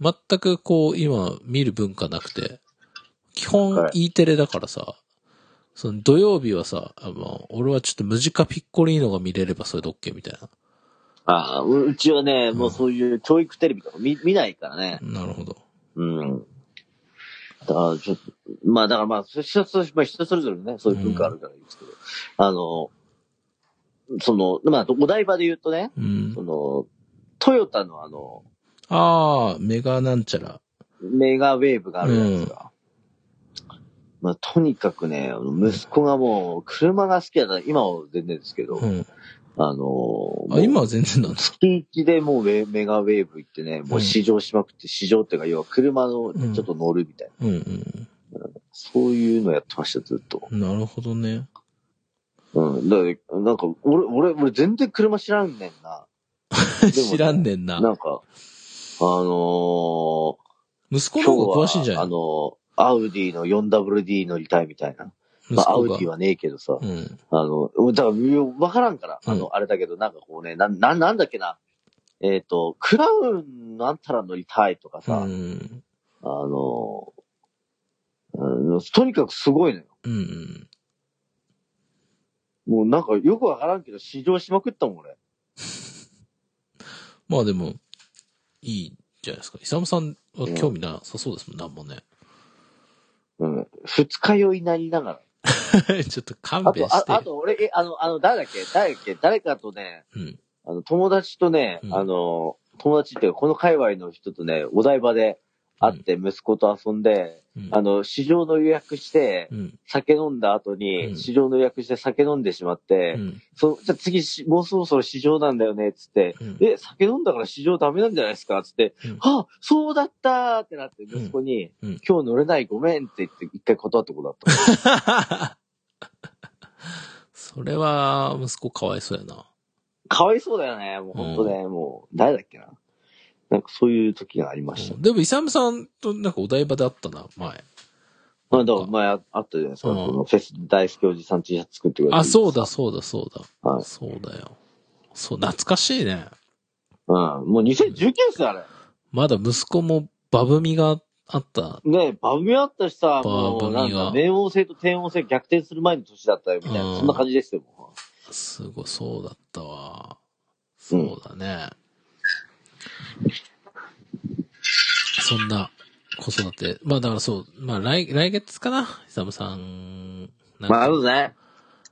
Speaker 1: 全くこう、今、見る文化なくて。基本
Speaker 2: は、
Speaker 1: E テレだからさ、その土曜日はさ、あまあ俺はちょっとムジカピッコリーノが見れればそれで OK みたいな。
Speaker 2: ああ、ううちはね、
Speaker 1: ん
Speaker 2: もうそういう教育テレビとか見見ないからね。
Speaker 1: なるほど。
Speaker 2: うん。だから、ちょっと、まあだからまあ、そ人それまあ人それぞれね、そういう文化あるからいいですけど。あの、その、まあ、お台場で言うとね、
Speaker 1: うん
Speaker 2: そ。の、トヨタのあの、
Speaker 1: ああ、メガなんちゃら。
Speaker 2: メガウェーブがあるじゃないですか。まあ、とにかくね、あの息子がもう、車が好きだから、今は全然ですけど、
Speaker 1: うん。
Speaker 2: あの、
Speaker 1: あ、今は全然なんだ。
Speaker 2: 月1でもうウェメガウェーブ行ってね、もう試乗しまくって、試乗っていうか、要は車の
Speaker 1: ん
Speaker 2: ちょっと乗るみたいな、
Speaker 1: うんうん
Speaker 2: そういうのやってました、ずっと。
Speaker 1: うん。なるほどね。
Speaker 2: うん。だからなんか、俺、俺、俺全然車知らんねんな。
Speaker 1: 知らんねんな。
Speaker 2: なんか、あの
Speaker 1: 息子
Speaker 2: ー、
Speaker 1: の方が
Speaker 2: 今
Speaker 1: 詳しいんじ
Speaker 2: 日
Speaker 1: ゃ
Speaker 2: は、
Speaker 1: な
Speaker 2: あ
Speaker 1: い
Speaker 2: の、アウディの 4WD 乗りたいみたいな。
Speaker 1: 息
Speaker 2: まあ、アウ
Speaker 1: 子
Speaker 2: デ
Speaker 1: が
Speaker 2: ィ。はねえけどさ、
Speaker 1: うん。
Speaker 2: あの、だから、わからんから、
Speaker 1: うん
Speaker 2: あの、あれだけど、なんかこうね、な、な、なんだっけな、えっ、と、クラウンなんたら乗りたいとか
Speaker 1: う
Speaker 2: さ、
Speaker 1: ん。
Speaker 2: あの、うんとにかくすごいのよ。
Speaker 1: うん。
Speaker 2: もうなんかよくわからんけど、試乗しまくったもん、俺。
Speaker 1: まあでも、いいじゃないですか。イサムさんは興味なさそうですもん、なんもね。
Speaker 2: うん。二日酔いになりながら。
Speaker 1: ちょっと勘
Speaker 2: あ
Speaker 1: 弁
Speaker 2: と、あ
Speaker 1: して。
Speaker 2: あと俺、え、あの、あの、誰だっけ誰だっけ誰かとね、
Speaker 1: うん。
Speaker 2: あの、友達とね、
Speaker 1: うん
Speaker 2: あの、友達っていうか、この界隈の人とね、お台場で会って、息子と遊んで、
Speaker 1: うん。
Speaker 2: あの、市場の予約して、
Speaker 1: うん。
Speaker 2: 酒飲んだ後
Speaker 1: う
Speaker 2: に、
Speaker 1: ん
Speaker 2: 市場の予約して酒飲んでしまって、
Speaker 1: うん。
Speaker 2: そう、じゃあ次し、もうそろそろ市場なんだよね、つって、
Speaker 1: うん
Speaker 2: え、酒飲んだから市場ダメなんじゃないですかつって、
Speaker 1: うん
Speaker 2: あ、そうだったーってなって、息子
Speaker 1: う
Speaker 2: に、
Speaker 1: んうん
Speaker 2: 今日乗れないごめんって言って、一回断ったことあ った。
Speaker 1: それは、息子かわいそうやな。
Speaker 2: かわいそうだよね、もう本当ね、もう、誰だっけな。なんかそういう時がありました。
Speaker 1: うんでも、イサムさんとなんかお台場で会ったな、前。
Speaker 2: まあ、だから前あったじゃないですか、
Speaker 1: うん
Speaker 2: このフェス大好きおじさん T シャツ作ってくれて。
Speaker 1: あ、そうだ、。そうだ、そうだ。
Speaker 2: はい
Speaker 1: そうだよ。そう、懐かしいね。
Speaker 2: うん、もう2019ですよ、あれ。
Speaker 1: まだ息子もバブみがあった。
Speaker 2: ねえ、バブミあったしさ、
Speaker 1: バ
Speaker 2: もう、
Speaker 1: ブミ
Speaker 2: な
Speaker 1: は
Speaker 2: んか、冥王星と天王星逆転する前の年だったよ、みたいな、
Speaker 1: うん
Speaker 2: そんな感じですよ、も
Speaker 1: すごい、そうだったわ。そうだね。そんな子育て。まあだからそう、まあ来来月かな、イサムさん。
Speaker 2: う。
Speaker 1: なん
Speaker 2: ま
Speaker 1: か
Speaker 2: あ、あるね。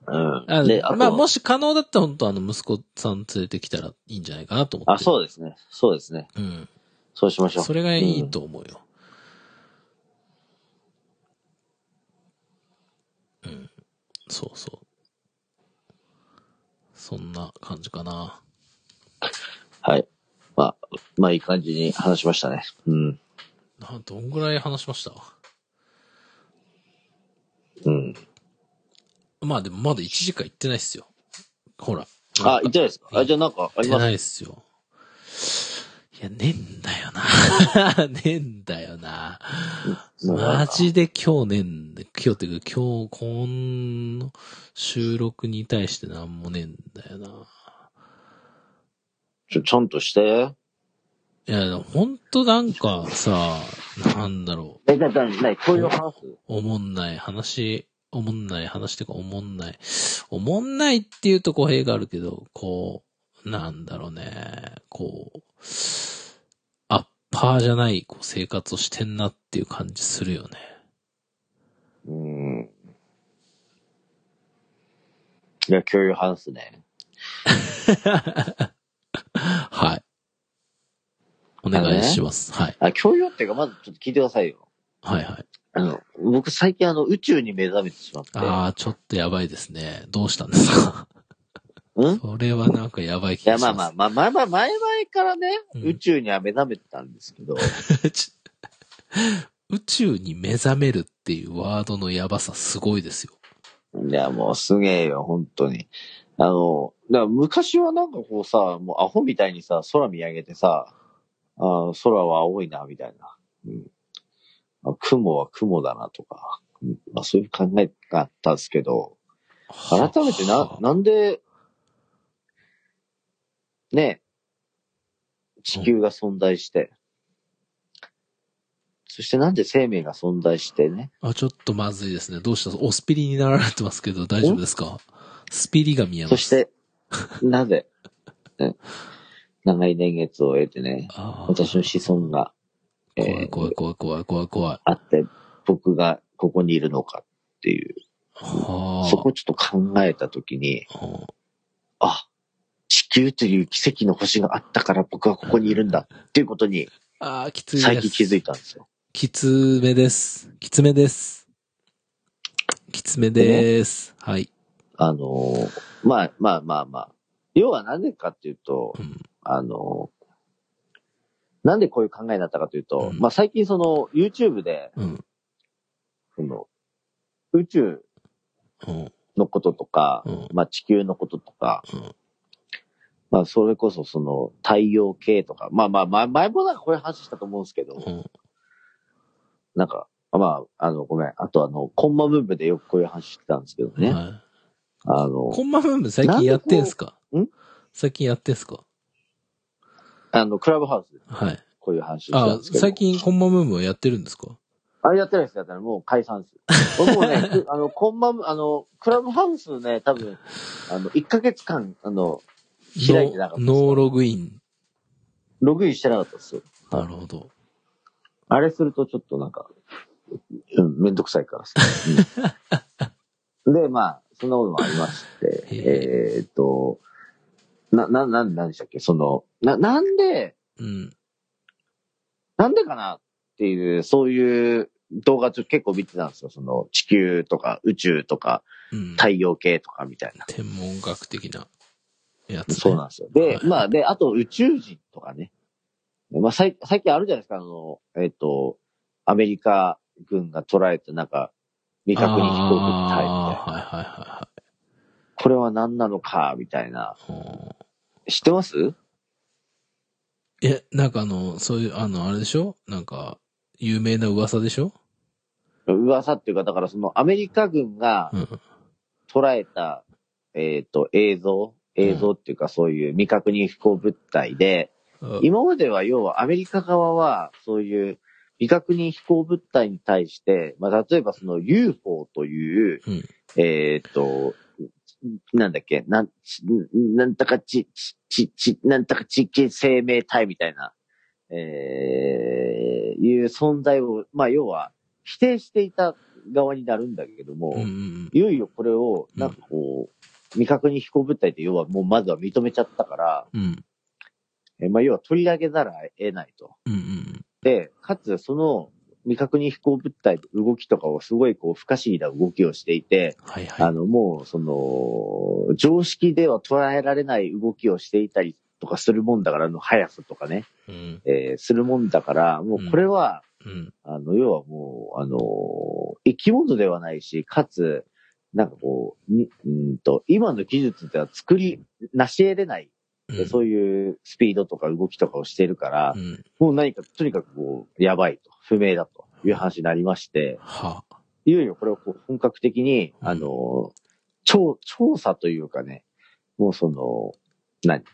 Speaker 2: うん。
Speaker 1: あ
Speaker 2: で、あと
Speaker 1: まあもし可能だったら本当あの息子さん連れてきたらいいんじゃないかなと思って。
Speaker 2: あ、そうですね。そうですね。
Speaker 1: う。うん。
Speaker 2: そうしましょう。
Speaker 1: それがいいと思うよ。うん。そうそう。そんな感じかな。
Speaker 2: はい。まあ、まあ、いい感じに話しましたね。うん。
Speaker 1: などんぐらい話しました
Speaker 2: うん。
Speaker 1: まあでもまだ1時間行ってないっすよ。ほら。
Speaker 2: あ、いいんじゃないですか。
Speaker 1: うん
Speaker 2: あ、じゃあなんか
Speaker 1: 行
Speaker 2: あり
Speaker 1: って
Speaker 2: ます
Speaker 1: ないっすよ。いや、ねえんだよな。 ねえんだよな。マジで今日ねえんで、今日っていうか今日この収録に対してなんもねえんだよな。
Speaker 2: ちょ、ちゃんとして。
Speaker 1: いや、でもほんとなんかさ、なんだろ
Speaker 2: え、だ、だ、ない、こういう話
Speaker 1: う、おもんない話、おもんない話っていうかおもんない。おもんないっていうと語弊があるけど、こう、なんだろうね、こう、アッパーじゃないこう生活をしてんなっていう感じするよね。
Speaker 2: うん。いや、共有話すね。
Speaker 1: はい。お願いします。はい。
Speaker 2: あ、共有っていうか、まずちょっと聞いてくださいよ。
Speaker 1: はいはい。
Speaker 2: あの、僕最近あの、宇宙に目覚めてしまって。
Speaker 1: ああ、ちょっとやばいですね。どうしたんですか
Speaker 2: うんい
Speaker 1: それはなんかやばい気
Speaker 2: や、
Speaker 1: がし
Speaker 2: ま
Speaker 1: ま
Speaker 2: あ
Speaker 1: す。
Speaker 2: まあ、まあまあまあ、前々からね、
Speaker 1: うん
Speaker 2: 宇宙には目覚めてたんですけど、
Speaker 1: ち 宇宙に目覚めるっていうワードのやばさすごいですよ。
Speaker 2: いや、もうすげえよ、本当に。あの、だから昔はなんかこうさ、もうアホみたいにさ、空見上げてさ、あー空は青いな、みたいな。うんあ雲は雲だな、とか。うんまあ、そういう考えがあったんですけど、改めてな
Speaker 1: は、
Speaker 2: なんで、ねえ、地球が存在して、そしてなんで生命が存在してね、
Speaker 1: あ、ちょっとまずいですね。どうしたお、スピリになられてますけど大丈夫ですかスピリが見えます。
Speaker 2: そし。て、なぜ、ね長い年月を経てね、
Speaker 1: あー
Speaker 2: 私の子孫が、え
Speaker 1: 怖い
Speaker 2: ー
Speaker 1: 怖い怖い怖い怖い怖い。
Speaker 2: あって、僕がここにいるのかっていう、
Speaker 1: はあ。
Speaker 2: そこをちょっと考えたときに、
Speaker 1: は
Speaker 2: あ、地球という奇跡の星があったから僕はここにいるんだっていうことに
Speaker 1: ああー、きついです。
Speaker 2: 最近気づいたんですよ。
Speaker 1: きつめです。きつめです。きつめです。はい。
Speaker 2: あのーまあまあまあまあ。要は何でかっていうと
Speaker 1: う、ん。
Speaker 2: あのーなんでこういう考えになったかというと、
Speaker 1: うん
Speaker 2: まあ最近その YouTube で、
Speaker 1: うん。
Speaker 2: その、宇宙
Speaker 1: うん。
Speaker 2: のこととか
Speaker 1: う、ん。
Speaker 2: まあ地球のこととか、
Speaker 1: うん
Speaker 2: まあ、それこそその太陽系とか、まあまあ、まあ前もなんかこれ話したと思うんですけど、
Speaker 1: うん。
Speaker 2: なんか、まあ、あの、ごめん。あとあの、コンマムーブでよくこういう話してたんですけどね。
Speaker 1: はい。
Speaker 2: あの、
Speaker 1: コンマムーブ最近やってんすか
Speaker 2: なんでこ
Speaker 1: 最近やってんすか
Speaker 2: あの、クラブハウスで
Speaker 1: はい。
Speaker 2: こういう話してたん
Speaker 1: あ
Speaker 2: です、けど。
Speaker 1: 最近コンマムーブはやってるんですか
Speaker 2: あれやってないですやってないもう解散です。僕 もね、くあの、コンマム、あの、クラブハウスのね、多分、あの、1ヶ月間、あの、開いてなかったです
Speaker 1: ノーノーログイン。
Speaker 2: ログインしてなかったですよ。
Speaker 1: なるほど。
Speaker 2: あれするとちょっとなんか、うん、めんどくさいからさ。 うん、で、まあ、そんなこともありまして、
Speaker 1: へ
Speaker 2: えーっと、な、な、な、なんでしたっけその、な、なんで、
Speaker 1: うん。
Speaker 2: なんでかなっていう、そういう動画ちょっと結構見てたんですよ。その、地球とか宇宙とか
Speaker 1: うん。
Speaker 2: 太陽系とかみたいな。
Speaker 1: 天文学的なやつ、ね。
Speaker 2: そうなんですよ。で
Speaker 1: は、い
Speaker 2: まあ、で、あと宇宙人とかね。まあ、さい最近あるじゃないですか、あの、えっ、と、アメリカ軍が捉えた、なんか、未確認飛行物体みたいな。
Speaker 1: あーはいはいはいはい。
Speaker 2: これは何なのか、みたいな。
Speaker 1: うん
Speaker 2: 知ってます
Speaker 1: え、なんかあの、そういう、あの、あれでしょなんか、有名な噂でしょ
Speaker 2: 噂っていうか、だからそのアメリカ軍が
Speaker 1: うん。
Speaker 2: 捉えた、えっ、と、映像、映像っていうかそういう未確認飛行物体で、
Speaker 1: うん
Speaker 2: 今までは要はアメリカ側はそういう未確認飛行物体に対して、まあ、例えばその UFO という、
Speaker 1: うん
Speaker 2: えーっと、なんだっけ、なん、ちなんたかち、ち、ち、ち、なんたか地域生命体みたいな、えー、いう存在を、まあ要は否定していた側になるんだけども、
Speaker 1: うんうん
Speaker 2: いよいよこれを、なんかこう、未確認飛行物体って要はもうまずは認めちゃったから、
Speaker 1: うん。うん。
Speaker 2: えーまあ、要は取り上げざるを得ないと。
Speaker 1: うんうん
Speaker 2: で、かつその未確認飛行物体の動きとかをすごいこう不可思議な動きをしていて、
Speaker 1: はい
Speaker 2: あ
Speaker 1: はい。
Speaker 2: のもうその常識では捉えられない動きをしていたりとかするもんだから、あの速さとかね、
Speaker 1: うん。
Speaker 2: えーするもんだから、もうこれは、
Speaker 1: うん。
Speaker 2: あの、要はもう、あの生き物ではないし、かつ、なんかこう、にうんと、今の技術では作り、成し得れない、
Speaker 1: うん。
Speaker 2: そういうスピードとか動きとかをしているから、
Speaker 1: うん。
Speaker 2: もう何か、とにかくこう、やばいと、不明だという話になりまして、
Speaker 1: は。
Speaker 2: いよいよこれをこう本格的に、
Speaker 1: うん
Speaker 2: あの、調、調査というかね、もうその、何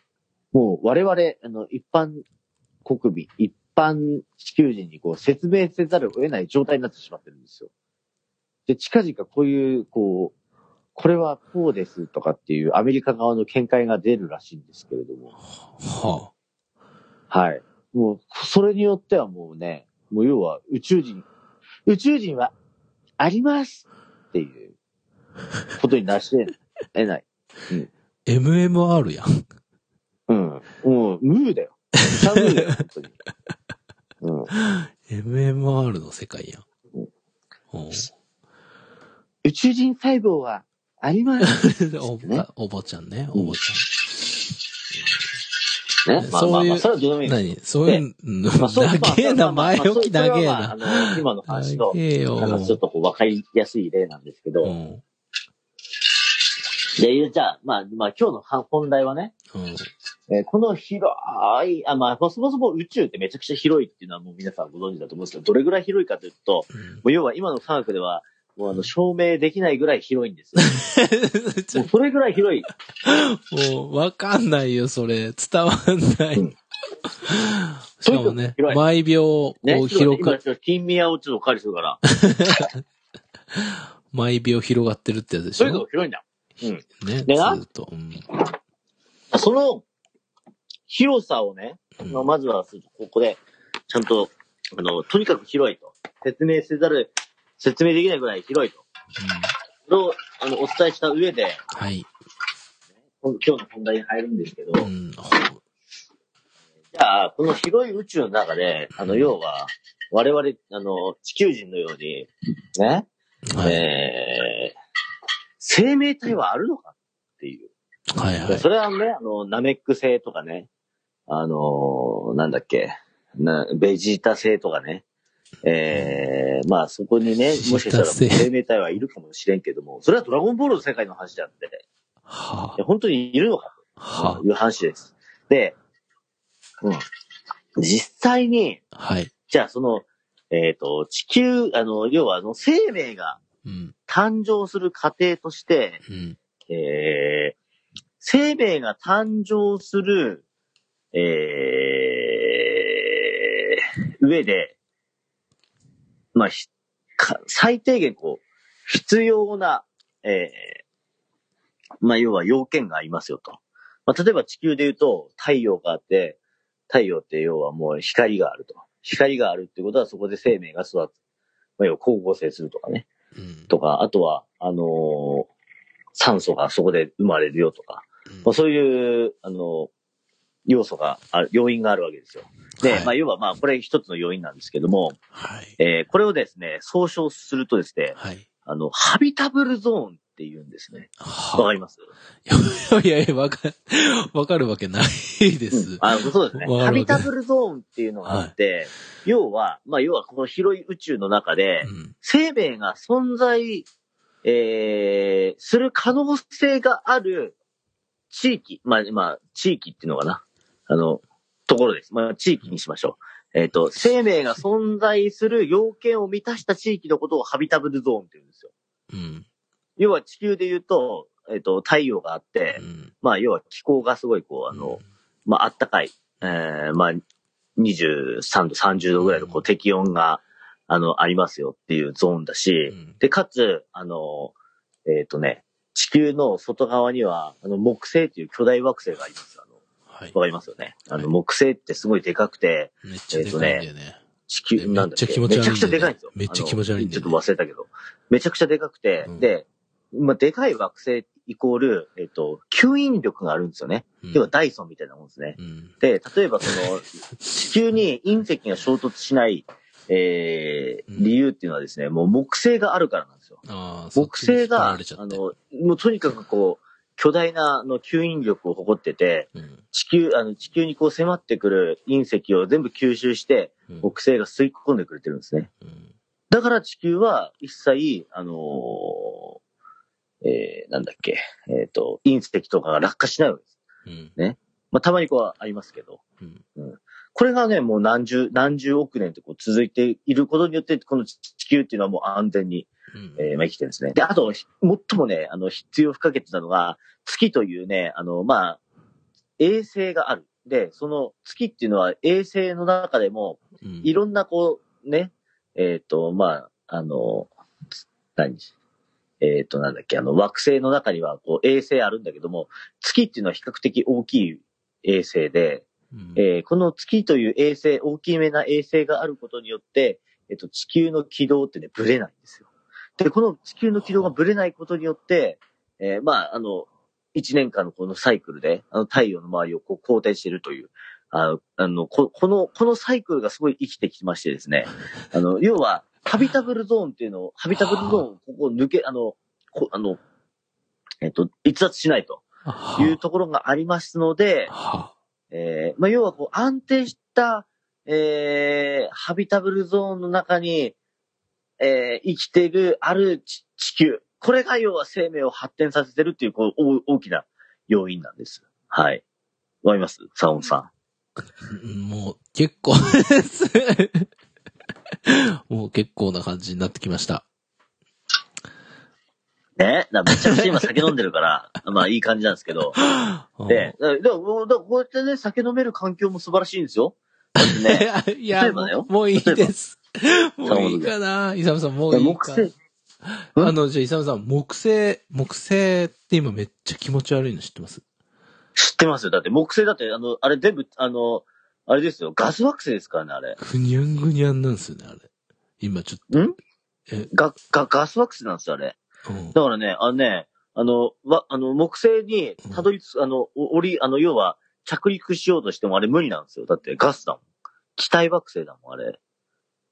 Speaker 2: もう我々、あの、一般国民、一般地球人にこう説明せざるを得ない状態になってしまってるんですよ。で、近々こういう、こう、これはこうですとかっていうアメリカ側の見解が出るらしいんですけれども。
Speaker 1: は。
Speaker 2: はい。もう、それによってはもうね、もう要は宇宙人、宇宙人はありますっていうことになし得ない。
Speaker 1: MMR やん。
Speaker 2: うん。もう、ムーだよ。歌ムーだよ、本当に。うん。
Speaker 1: MMR の世界やん。
Speaker 2: うん
Speaker 1: おう
Speaker 2: 宇宙人細胞はあります。
Speaker 1: おば、おばちゃんね、おばち
Speaker 2: ね。まあま
Speaker 1: そう
Speaker 2: あ
Speaker 1: い
Speaker 2: ま
Speaker 1: う
Speaker 2: あ、それはどうでも
Speaker 1: ゃ
Speaker 2: い
Speaker 1: ん。
Speaker 2: いです。
Speaker 1: 何そういうの、
Speaker 2: まあ、そう
Speaker 1: 長えな、前置き長え
Speaker 2: まあま
Speaker 1: な。
Speaker 2: あまあそれはまああの今の話の
Speaker 1: 長、えよ。
Speaker 2: なんかちょっとこう分かりやすい例なんですけど、
Speaker 1: うん。
Speaker 2: で、じゃあ、まあ、まあ今日の本題はね、
Speaker 1: うん。
Speaker 2: えーこの広い、あ、まあ、そもそも宇宙ってめちゃくちゃ広いっていうのはもう皆さんご存知だと思うんですけど、どれぐらい広いかというと、もう要は今の科学では、もうあの、証明できないぐらい広いんです よ。もうそれぐらい広い。
Speaker 1: もう、わかんないよ、それ。伝わんな
Speaker 2: う
Speaker 1: い
Speaker 2: ん。
Speaker 1: しかもね
Speaker 2: 広、い
Speaker 1: 毎秒、こ
Speaker 2: ね。
Speaker 1: う、広
Speaker 2: 今、
Speaker 1: く、
Speaker 2: ちょっと金宮をちょっとお借りするから、
Speaker 1: 毎秒広がってるってやつでし
Speaker 2: そういうの
Speaker 1: ょ
Speaker 2: が広いんだ。
Speaker 1: ね、ず
Speaker 2: でな
Speaker 1: ーっと。うん。
Speaker 2: その、広さをね、
Speaker 1: うん
Speaker 2: まあ、まずは、ここで、ちゃんと、あの、とにかく広いと。説明せざる、説明できないぐらい広いと。
Speaker 1: うん
Speaker 2: それを、あの、お伝えした上で、
Speaker 1: はい。
Speaker 2: 今日の本題に入るんですけど、
Speaker 1: うん。ほ
Speaker 2: じゃあ、この広い宇宙の中で、あの、要は、我々、あの、地球人のように、ね、
Speaker 1: はい。
Speaker 2: えー、生命体はあるのかっていう。
Speaker 1: はいはい
Speaker 2: そ。れはね、あの、ナメック星とかね、あの、なんだっけ、なベジータ星とかね、えー、まあそこにね、もしかしたら
Speaker 1: ベジータ星
Speaker 2: 生命体はいるかもしれんけども、それはドラゴンボールの世界の話であって、
Speaker 1: はい
Speaker 2: や本当にいるのか
Speaker 1: あ。は、
Speaker 2: ルハン市です。で、うん。実際に、
Speaker 1: はい。
Speaker 2: じゃあその、えっ、と、地球、あの、要はあの、生命が
Speaker 1: うん、
Speaker 2: 誕生する過程として、
Speaker 1: うん、
Speaker 2: えー生命が誕生する、えー上で、まあ、ひか最低限こう、必要な、えーまあ、要は要件がありますよと。まあ、例えば地球で言うと、太陽があって、太陽って要はもう光があると。光があるってことはそこで生命が育つ。まあ、要は光合成するとかね。
Speaker 1: うん。
Speaker 2: とか、あとは、あのー酸素がそこで生まれるよとか、
Speaker 1: うん
Speaker 2: まあ、そういう、あのー要素がある、要因があるわけですよ。で、
Speaker 1: はい
Speaker 2: まあ、要はまあ、これ一つの要因なんですけども、
Speaker 1: はい。
Speaker 2: えーこれをですね、総称するとですね、
Speaker 1: はい。
Speaker 2: あの、ハビタブルゾーンって言うんですね。わか
Speaker 1: は
Speaker 2: ります
Speaker 1: い。いやいや、わか、わかるわけないで
Speaker 2: うん
Speaker 1: す。
Speaker 2: あそうですね。
Speaker 1: わか
Speaker 2: ハ
Speaker 1: る
Speaker 2: ビタブルゾーンっていうのがあって、要は、まあ、要はこの広い宇宙の中で、
Speaker 1: うん。
Speaker 2: 生命が存在、えー、する可能性がある地域、まあ、まあ、地域っていうのかな。あの、ところです。まあ、地域にしましょう。えっ、と、生命が存在する要件を満たした地域のことをハビタブルゾーンって言うんですよ。
Speaker 1: うん。
Speaker 2: 要は地球で言うと、えっ、と、太陽があって
Speaker 1: う、ん。
Speaker 2: まあ、要は気候がすごい、こう、あの、まあ、あったかい、えー、まあ、23度、30度ぐらいの、こ
Speaker 1: うん
Speaker 2: う、適温が、あの、ありますよっていうゾーンだし、
Speaker 1: うん、
Speaker 2: で、かつ、あの、えっ、とね、地球の外側には、あの、木星という巨大惑星があります。あの、
Speaker 1: はい。
Speaker 2: わかりますよね。あ
Speaker 1: はい
Speaker 2: の、木星ってすごいでかくて、
Speaker 1: めっちゃでかいんだよね。
Speaker 2: 地球、
Speaker 1: で
Speaker 2: なんだっ
Speaker 1: め
Speaker 2: け
Speaker 1: っちゃ気持ち悪いんだよね
Speaker 2: めちゃくちゃでかいんですよ。
Speaker 1: めっちゃ気持ち悪いんだ
Speaker 2: ち
Speaker 1: よ
Speaker 2: ょ
Speaker 1: ね
Speaker 2: っと忘れたけど。めちゃくちゃでかくて、
Speaker 1: うん
Speaker 2: で、まあ、でかい惑星イコール、えっ、と、吸引力があるんですよね。
Speaker 1: うん
Speaker 2: 要はダイソンみたいなもんですね。
Speaker 1: うん。
Speaker 2: で、例えばその、地球に隕石が衝突しない、えー、理由っていうのはですね、もう木星があるからなんですよ。
Speaker 1: ああ、そっ
Speaker 2: 木
Speaker 1: ちに引っ
Speaker 2: 星
Speaker 1: 張
Speaker 2: が、
Speaker 1: ら
Speaker 2: あ
Speaker 1: れちゃって
Speaker 2: の、もうとにかくこう、巨大なあの吸引力を誇ってて、
Speaker 1: うん
Speaker 2: 地球、あの、地球にこう迫ってくる隕石を全部吸収して、
Speaker 1: うん
Speaker 2: 木星が吸い込んでくれてるんですね。
Speaker 1: うん
Speaker 2: だから地球は一切、あのーえー、なんだっけ、えっ、と、隕石とかが落下しないわけです。
Speaker 1: うん
Speaker 2: まあ、たまにこうありますけど。
Speaker 1: うん
Speaker 2: これがね、もう何十、何十億年とこう続いていることによって、この地球っていうのはもう安全に
Speaker 1: うん
Speaker 2: えーまあ、生きてるんですね。で、あと、ひ最もね、あの、必要不可欠なのが、月というね、あの、まあ、衛星がある。で、その月っていうのは衛星の中でも、
Speaker 1: うん
Speaker 2: いろんなこう、ね、えっ、と、まあ、あの、何えっ、と、なんだっけ、あの、惑星の中には、こう、衛星あるんだけども、月っていうのは比較的大きい衛星で、
Speaker 1: うん
Speaker 2: えーこの月という衛星、大きめな衛星があることによって、えっと、地球の軌道ってね、ブレないんですよ。で、この地球の軌道がブレないことによって、えーまあ、あの、一年間のこのサイクルで、あの、太陽の周りをこう、公転しているという、あの、あのここの、このサイクルがすごい生きてきましてです ね、あの、要は、ハビタブルゾーンっていうのを、ハビタブルゾーンをここを抜け、あの、こあの、えっと、逸脱しないというところがありますので、
Speaker 1: は
Speaker 2: えーまあ、要はこう安定した、えーハビタブルゾーンの中に、えー生きているある地地球。これが要は生命を発展させてるっていう、こう、お大きな要因なんです。はい。わかりますサオンさ
Speaker 1: うんもう結構 もう結構な感じになってきました。
Speaker 2: ん。ねだからめちゃくちゃ今酒飲んでるから、 まあいい感じなんですけど。で、だからだからこうだからこうやってね、酒飲める環境も素晴らしいんで すよ。だってね、
Speaker 1: うん、いや、
Speaker 2: 例えばだ
Speaker 1: も
Speaker 2: よ
Speaker 1: うもういい
Speaker 2: 例えば
Speaker 1: です。もういいかな。イサムさん、もういい
Speaker 2: 木
Speaker 1: か
Speaker 2: 星。うん
Speaker 1: あの、じゃあイサムさん、木星、木星って今めっちゃ気持ち悪いの知ってます
Speaker 2: 知ってますよ。だって木星だって、あの、あれ全部、あの、あれですよ。ガス惑星ですからね、あれ。
Speaker 1: ぐにゃんぐにゃんなんですよね、あれ。今ちょっ
Speaker 2: ん
Speaker 1: え
Speaker 2: が、が、ガス惑星なんですよ、あれ。
Speaker 1: と。うん
Speaker 2: だからね、あのね、あの、わ、あの、木星にたどりつ、あの、お降り、あの、要は、着陸しようとしてもあれ無理なんですよ。だってガスだもん。気体惑星だもん、あれ。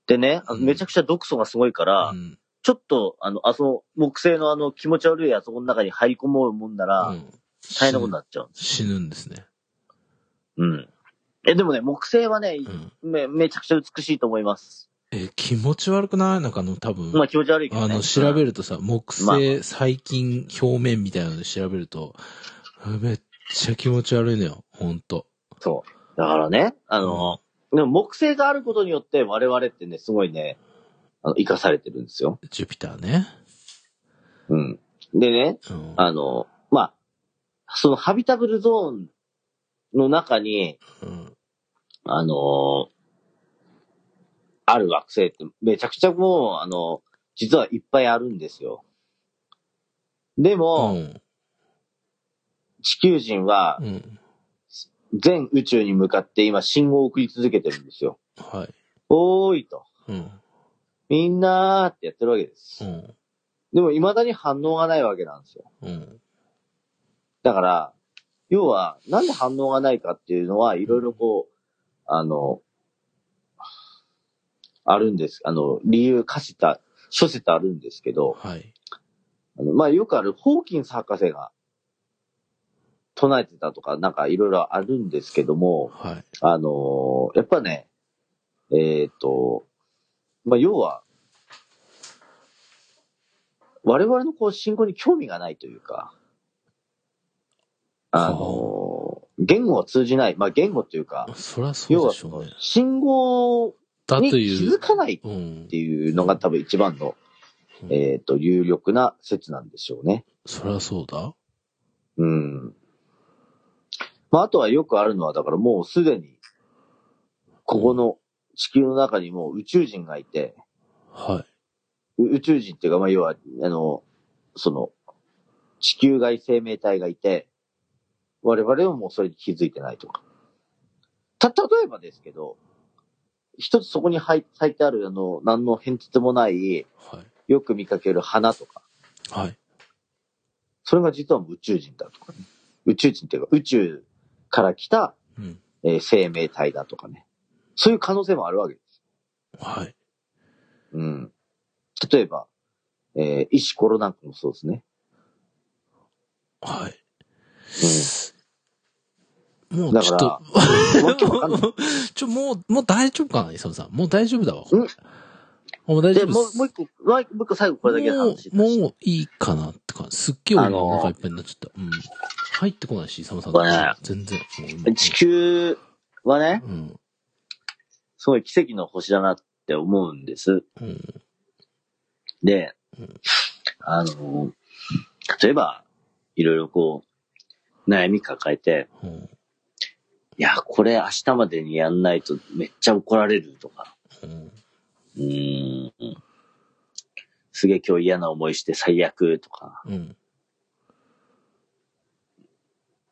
Speaker 2: でね、あの
Speaker 1: うん
Speaker 2: めちゃくちゃ毒素がすごいから、
Speaker 1: うん
Speaker 2: ちょっと、あの、あその、木星のあの、気持ち悪いあそこの中に入り込もうもんなら、
Speaker 1: うん
Speaker 2: 大変なことになっちゃうんです。
Speaker 1: 死ぬんですね。
Speaker 2: うん。え、でもね、木星はね、
Speaker 1: うん
Speaker 2: め、めちゃくちゃ美しいと思います。
Speaker 1: え、気持ち悪くないなんかあの、多分。
Speaker 2: まあ気持ち悪いけど
Speaker 1: あ
Speaker 2: ね。
Speaker 1: の、調べ
Speaker 2: る。
Speaker 1: るとさ、木
Speaker 2: まあ
Speaker 1: 星、細菌、表面みたいなので調べると、あめっちゃ気持ち悪いのよ、ほんと。
Speaker 2: そう。だからね、あの、でも木星があることによって我々ってね、すごいね、あの、生かされてるんですよ。
Speaker 1: ジュピターね。
Speaker 2: うん。でね、
Speaker 1: うん。
Speaker 2: あの、まあ、そのハビタブルゾーンの中に、
Speaker 1: うん
Speaker 2: あの、ある惑星ってめちゃくちゃもう、あの、実はいっぱいあるんですよ。でも、
Speaker 1: うん。
Speaker 2: 地球人は
Speaker 1: うん。
Speaker 2: 全宇宙に向かって今信号を送り続けてるんですよ。
Speaker 1: はい。
Speaker 2: おーいと。
Speaker 1: うん。
Speaker 2: みんなーってやってるわけです
Speaker 1: う。ん。
Speaker 2: でも未だに反応がないわけなんですよ。
Speaker 1: うん。
Speaker 2: だから、要は、なんで反応がないかっていうのは、いろいろこう、あの、あるんです。あの、理由、かせた、諸説あるんですけど、
Speaker 1: はい。
Speaker 2: あのまあ、よくある、ホーキンス博士が、唱えてたとか、なんかいろいろあるんですけども、
Speaker 1: はい。
Speaker 2: あのやっぱね、えっ、と、まあ、要は、我々のこう、信号に興味がないというか、あの言語を通じない、まあ、言語というか、
Speaker 1: そりゃそう
Speaker 2: 要は
Speaker 1: でし
Speaker 2: そ
Speaker 1: ょう
Speaker 2: の
Speaker 1: ね。
Speaker 2: 信号
Speaker 1: だと
Speaker 2: に気
Speaker 1: い
Speaker 2: づ
Speaker 1: う。
Speaker 2: かないっ
Speaker 1: うん
Speaker 2: て。いうのが多分一番の、
Speaker 1: うん
Speaker 2: えっ、と、有力な説なんでしょうね。
Speaker 1: そりゃそうだ。
Speaker 2: うん。まあ、あとはよくあるのは、だからもうすでに、ここの地球の中にもう宇宙人がいて、
Speaker 1: は
Speaker 2: う宇宙人っていうか、まあ、要は、あの、その、地球外生命体がいて、我々ももうそれに気づいてないとか。た、例えばですけど、一つそこに入入ってある、あの、何の変哲もない、
Speaker 1: い。はい。
Speaker 2: よく見かける花とか、
Speaker 1: はい。
Speaker 2: それが実はもう宇宙人だとかね。宇宙人っていうか、宇宙から来た
Speaker 1: うん。
Speaker 2: えー生命体だとかね。そういう可能性もあるわけです。
Speaker 1: はい。
Speaker 2: うん。例えば、えー、石ころなんかもそうですね。
Speaker 1: はい。
Speaker 2: う
Speaker 1: もうちょっと
Speaker 2: だか、ん。わけわ かんない。
Speaker 1: ちょ、もう、もう大丈夫かな、イサムさん。もう大丈夫だわ。これ
Speaker 2: うん
Speaker 1: もう大丈夫
Speaker 2: で、
Speaker 1: で
Speaker 2: もう、
Speaker 1: す。
Speaker 2: もう一個、もう一個最後これだけの話
Speaker 1: もう
Speaker 2: う、
Speaker 1: もういいかなって感じ。すっげえ俺
Speaker 2: あの
Speaker 1: の
Speaker 2: ー
Speaker 1: お腹いっぱいになっちゃった。うん。入ってこないし、イサムさん
Speaker 2: ごめん。
Speaker 1: 全然。もう
Speaker 2: 地球はね、
Speaker 1: うん。
Speaker 2: すごい奇跡の星だなって思うんです。
Speaker 1: うん。
Speaker 2: で
Speaker 1: うん、
Speaker 2: あの、例えば、いろいろこう、悩み抱えて、
Speaker 1: うん。
Speaker 2: いや、これ明日までにやんないとめっちゃ怒られるとか、
Speaker 1: うん。
Speaker 2: うーん。すげえ今日嫌な思いして最悪とか、
Speaker 1: うん。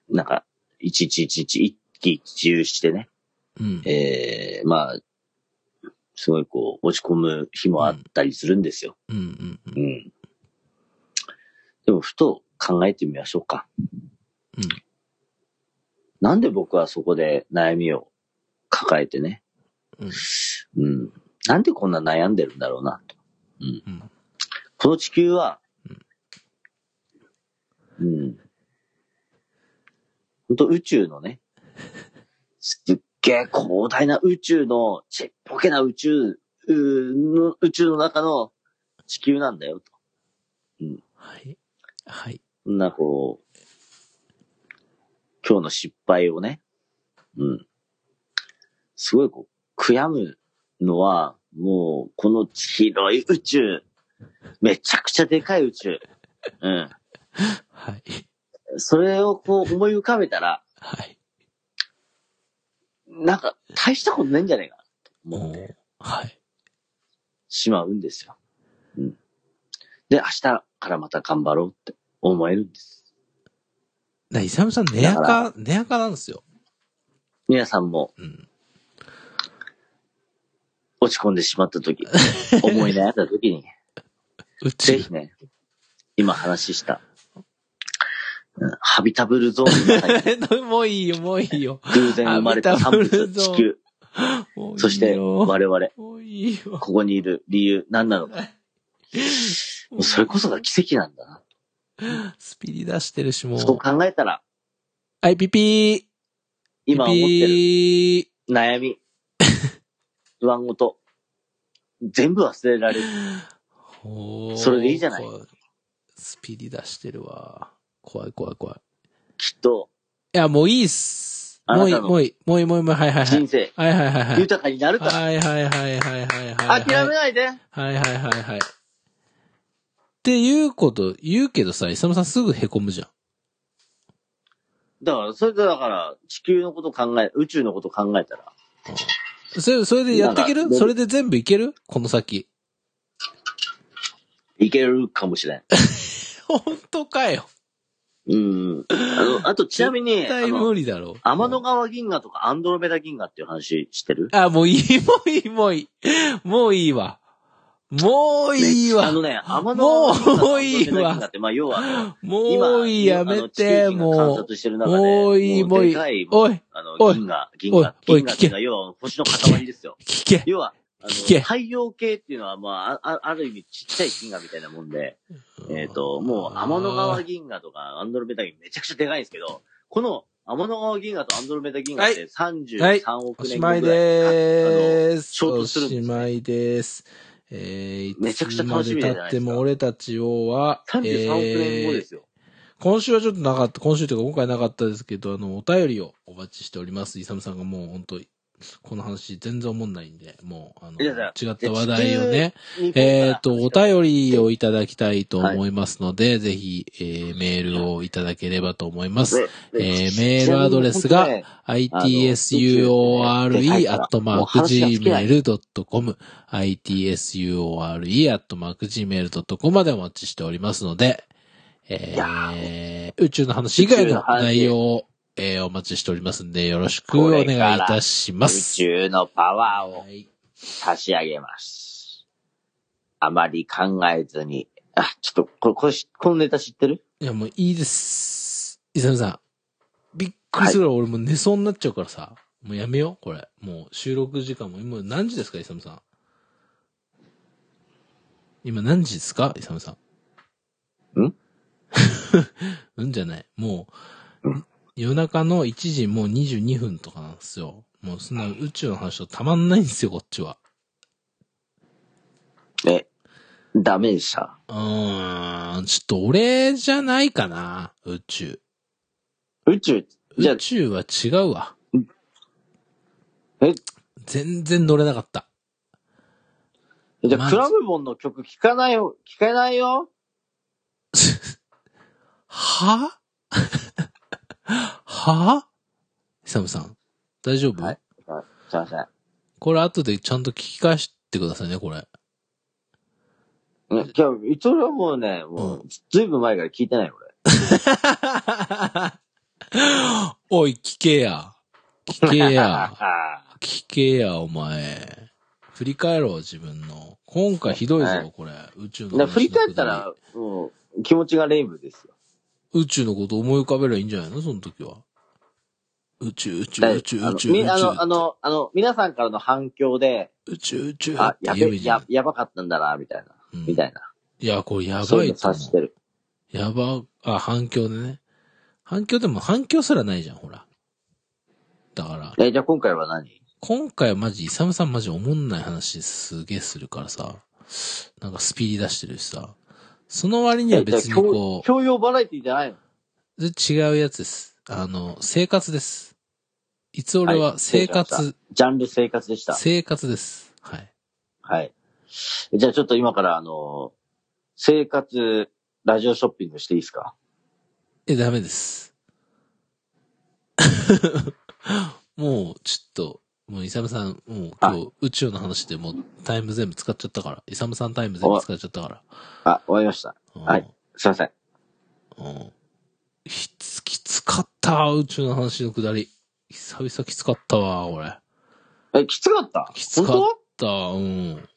Speaker 2: なんか、いちいちいちいち一喜一憂してね、
Speaker 1: うん。
Speaker 2: ええまあ、すごいこう、落ち込む日もあったりするんですよ。
Speaker 1: うん。うん。
Speaker 2: うん。でも、ふと考えてみましょうか。
Speaker 1: うん。
Speaker 2: なんで僕はそこで悩みを抱えてね、
Speaker 1: うん。
Speaker 2: うん。なんでこんな悩んでるんだろうな、と。うん。
Speaker 1: うん
Speaker 2: この地球は、うん。本当宇宙のね、すっげえ広大な宇宙の、ちっぽけな宇宙、うーの宇宙の中の地球なんだよ、と。
Speaker 1: はい。はい。
Speaker 2: そんなこう、今日の失敗をね、うん。すごいこう、悔やむのは、もう、この広い宇宙、めちゃくちゃでかい宇宙、うん。
Speaker 1: はい。
Speaker 2: それをこう思い浮かべたら、
Speaker 1: はい。
Speaker 2: なんか大したことないんじゃないかな、と思
Speaker 1: も
Speaker 2: っ
Speaker 1: う
Speaker 2: て、
Speaker 1: はい。
Speaker 2: しまうんですよ。うん。で、明日からまた頑張ろうって思えるんです。
Speaker 1: な、イサムさん、寝や
Speaker 2: だ
Speaker 1: か、寝やかなんですよ。
Speaker 2: 皆さんも
Speaker 1: うん。
Speaker 2: 落ち込んでしまった時、思い悩んだ時に、
Speaker 1: 宇
Speaker 2: ぜ
Speaker 1: 宙。
Speaker 2: ひね、今話した、うんハビタブルゾーンの中に
Speaker 1: もういいよ、もういいよ。
Speaker 2: 偶然生まれた
Speaker 1: ハ
Speaker 2: 産
Speaker 1: ビタブル
Speaker 2: 物、
Speaker 1: ゾーン
Speaker 2: 地球、
Speaker 1: もういいよ
Speaker 2: そして我々、
Speaker 1: もういいよ。
Speaker 2: ここにいる理由、何なのか。もう それこそが奇跡なんだな。
Speaker 1: スピリ出してるし、も
Speaker 2: そう
Speaker 1: う。
Speaker 2: 考えたら、
Speaker 1: はい、ピピー。
Speaker 2: 今思ってる
Speaker 1: ピピ
Speaker 2: 悩み、不安事、全部忘れられる。
Speaker 1: ーほー
Speaker 2: それでいいじゃない
Speaker 1: 怖スピリ出してるわ。怖い怖い怖い。
Speaker 2: きっと、
Speaker 1: や、もういいっす。
Speaker 2: あ
Speaker 1: もう
Speaker 2: な
Speaker 1: いい、
Speaker 2: たの
Speaker 1: もういい、もういい、もういい、もういい、はいはいはい。
Speaker 2: 人生、
Speaker 1: はいはいはいはい。
Speaker 2: 豊かになるか
Speaker 1: はいはいはいはいはいはいは
Speaker 2: ら。
Speaker 1: い。
Speaker 2: 諦めないで。
Speaker 1: はいはいはいはい。っていうこと、言うけどさ、イサムさんすぐ凹むじゃん。
Speaker 2: だから、それとだから、地球のこと考え、宇宙のこと考えたら、
Speaker 1: それ、それでやっていけ
Speaker 2: な
Speaker 1: る
Speaker 2: んか
Speaker 1: それで全部いけるこの先。
Speaker 2: いけるかもしれん。
Speaker 1: 本当かよ。
Speaker 2: うん。あの、あと、ちなみに、
Speaker 1: 絶
Speaker 2: あ
Speaker 1: 対
Speaker 2: の、
Speaker 1: 無理だろう。
Speaker 2: 天の川銀河とかアンドロメダ銀河っていう話知ってる
Speaker 1: あ、もういい、もういい、もういい。もういいわ。もういい
Speaker 2: あ
Speaker 1: わ。
Speaker 2: のね、天の川銀河と
Speaker 1: も
Speaker 2: ア
Speaker 1: うい
Speaker 2: ン
Speaker 1: い
Speaker 2: ドロメダ銀
Speaker 1: わ
Speaker 2: 河って、まあ、要は、
Speaker 1: もういい、
Speaker 2: 今
Speaker 1: やめて、
Speaker 2: あの地球儀が観
Speaker 1: もう。
Speaker 2: 察してる中で、
Speaker 1: もういい、もうい
Speaker 2: で
Speaker 1: い
Speaker 2: かい。、
Speaker 1: おい、
Speaker 2: あ
Speaker 1: お
Speaker 2: の、
Speaker 1: い
Speaker 2: 銀河、銀河、
Speaker 1: おい
Speaker 2: 銀河っていうのは、要は星の塊ですよ。
Speaker 1: 聞け。
Speaker 2: 要は、あ
Speaker 1: 聞け
Speaker 2: の、太陽系っていうのは、まあ、あある意味ちっちゃい銀河みたいなもんで、えっ、と、もう、天の川銀河とかアンドロメダ銀河めちゃくちゃでかいんですけど、この天の川銀河とアンドロメダ銀河って
Speaker 1: はい
Speaker 2: 33億
Speaker 1: おし
Speaker 2: 年
Speaker 1: ま
Speaker 2: 後
Speaker 1: い
Speaker 2: ぐらい
Speaker 1: でーす。
Speaker 2: 衝
Speaker 1: お
Speaker 2: 突するん
Speaker 1: し
Speaker 2: ですね
Speaker 1: まいです。えー、
Speaker 2: めちゃくちゃ楽しみじ
Speaker 1: つまで
Speaker 2: ゃないですか
Speaker 1: 経っても俺たちをは、
Speaker 2: か。33億年後です
Speaker 1: え
Speaker 2: よ。
Speaker 1: ー今週はちょっとなかった、今週というか今回なかったですけど、あの、お便りをお待ちしております。イサムさんがもう本当この話全然思んないんで、もう、あの、
Speaker 2: いやいや
Speaker 1: 違った話題をね。
Speaker 2: 日本から
Speaker 1: えっ、と、お便りをいただきたいと思いますので、ぜひ、えーメールをいただければと思います。
Speaker 2: でで
Speaker 1: えーメールアドレスが
Speaker 2: ちなみに本
Speaker 1: itsure.gmail.com itsure.gmail.com までお待ちしておりますので、
Speaker 2: い
Speaker 1: え
Speaker 2: や
Speaker 1: ー宇宙の話以外の内容を、えーお待ちしておりますんで、よろしくお願いいたしま
Speaker 2: 当ね
Speaker 1: す。
Speaker 2: 宇宙のパワーを
Speaker 1: はい
Speaker 2: 差し上げます。あまり考えずに。あ、ちょっと、これ、これし、このネタ知ってる
Speaker 1: いや、もういいです。イサムさん。びっくりするわ、俺もう寝そうになっちゃうからさ。もうやめよう、これ。もう収録時間も、今何時ですか、イサムさん。今何時ですか、イサムさん。
Speaker 2: ん
Speaker 1: うんじゃない。もう
Speaker 2: うん、
Speaker 1: 夜中の1時もう22分とかなんですよ。もうそんな宇宙の話とたまんないんですよ、こっちは。
Speaker 2: え、ダメでした。
Speaker 1: うーん、ちょっと俺じゃないかな、宇宙。
Speaker 2: 宇宙、じゃあ
Speaker 1: 宇、宙は違うわ。
Speaker 2: え、
Speaker 1: 全然乗れなかった。
Speaker 2: じゃ
Speaker 1: ま
Speaker 2: あ、
Speaker 1: あ
Speaker 2: クラムボンの曲聴かないよ、聴かないよ。
Speaker 1: ははイサムさん、大丈夫、
Speaker 2: はいすいません。
Speaker 1: これ後でちゃんと聞き返してくださいね、これ。
Speaker 2: ね今日、いつももうね、もう、ずいぶん前から聞いてない、俺。
Speaker 1: おい、聞けや。聞け や。
Speaker 2: あ
Speaker 1: 聞けや、お前。振り返ろう、自分の。今回ひどいぞ、
Speaker 2: はい
Speaker 1: これ。宇宙の
Speaker 2: ー。だ
Speaker 1: 話の
Speaker 2: から振り返った
Speaker 1: くだ
Speaker 2: ら、もう、気持ちがレイブですよ。
Speaker 1: り、宇宙のこと思い浮かべればいいんじゃないのその時は。宇宙、宇宙、
Speaker 2: だい
Speaker 1: 宇宙、
Speaker 2: あ
Speaker 1: 宇
Speaker 2: の
Speaker 1: 宙、宇
Speaker 2: みあ
Speaker 1: 宙
Speaker 2: の、、あの、あの、皆さんからの反響で、
Speaker 1: 宇宙、宇宙、
Speaker 2: あ、やべ、
Speaker 1: いじゃ
Speaker 2: や
Speaker 1: ん、
Speaker 2: やばかったんだな、みたいな、
Speaker 1: うん
Speaker 2: みたいな。
Speaker 1: いや、これや
Speaker 2: そう
Speaker 1: ば
Speaker 2: いう
Speaker 1: い
Speaker 2: の
Speaker 1: と
Speaker 2: 察
Speaker 1: 思
Speaker 2: してる。
Speaker 1: う。やば、あ、反響でね。反響でも反響すらないじゃん、ほら。だから、
Speaker 2: え、じゃあ今回は何
Speaker 1: 今回はマジ、イサムさんマジおもんない話すげえするからさ、なんかスピード出してるしさ、その割には
Speaker 2: えじゃあ
Speaker 1: 別にこ
Speaker 2: 教養バラエティじゃないの
Speaker 1: う、違うやつです。あの、生活です。いつ俺は生
Speaker 2: はい
Speaker 1: 活、
Speaker 2: ジャンル生活でした。
Speaker 1: 生活です。はい。
Speaker 2: はい。じゃあちょっと今からあの、生活、ラジオショッピングしていいですか
Speaker 1: え、ダメです。 もう、ちょっと、もう、イサムさん、もう今
Speaker 2: は
Speaker 1: 日、宇宙の話でもうタイム全部使っちゃったから、イサムさんタイム全部使っちゃったから。
Speaker 2: あ、終わりました。
Speaker 1: うん
Speaker 2: はい。すいません。
Speaker 1: うん。きつ、きつかった、宇宙の話のくだり。久々きつかったわ、これ。
Speaker 2: え、きつかった
Speaker 1: きつかっ
Speaker 2: 本
Speaker 1: た、うん。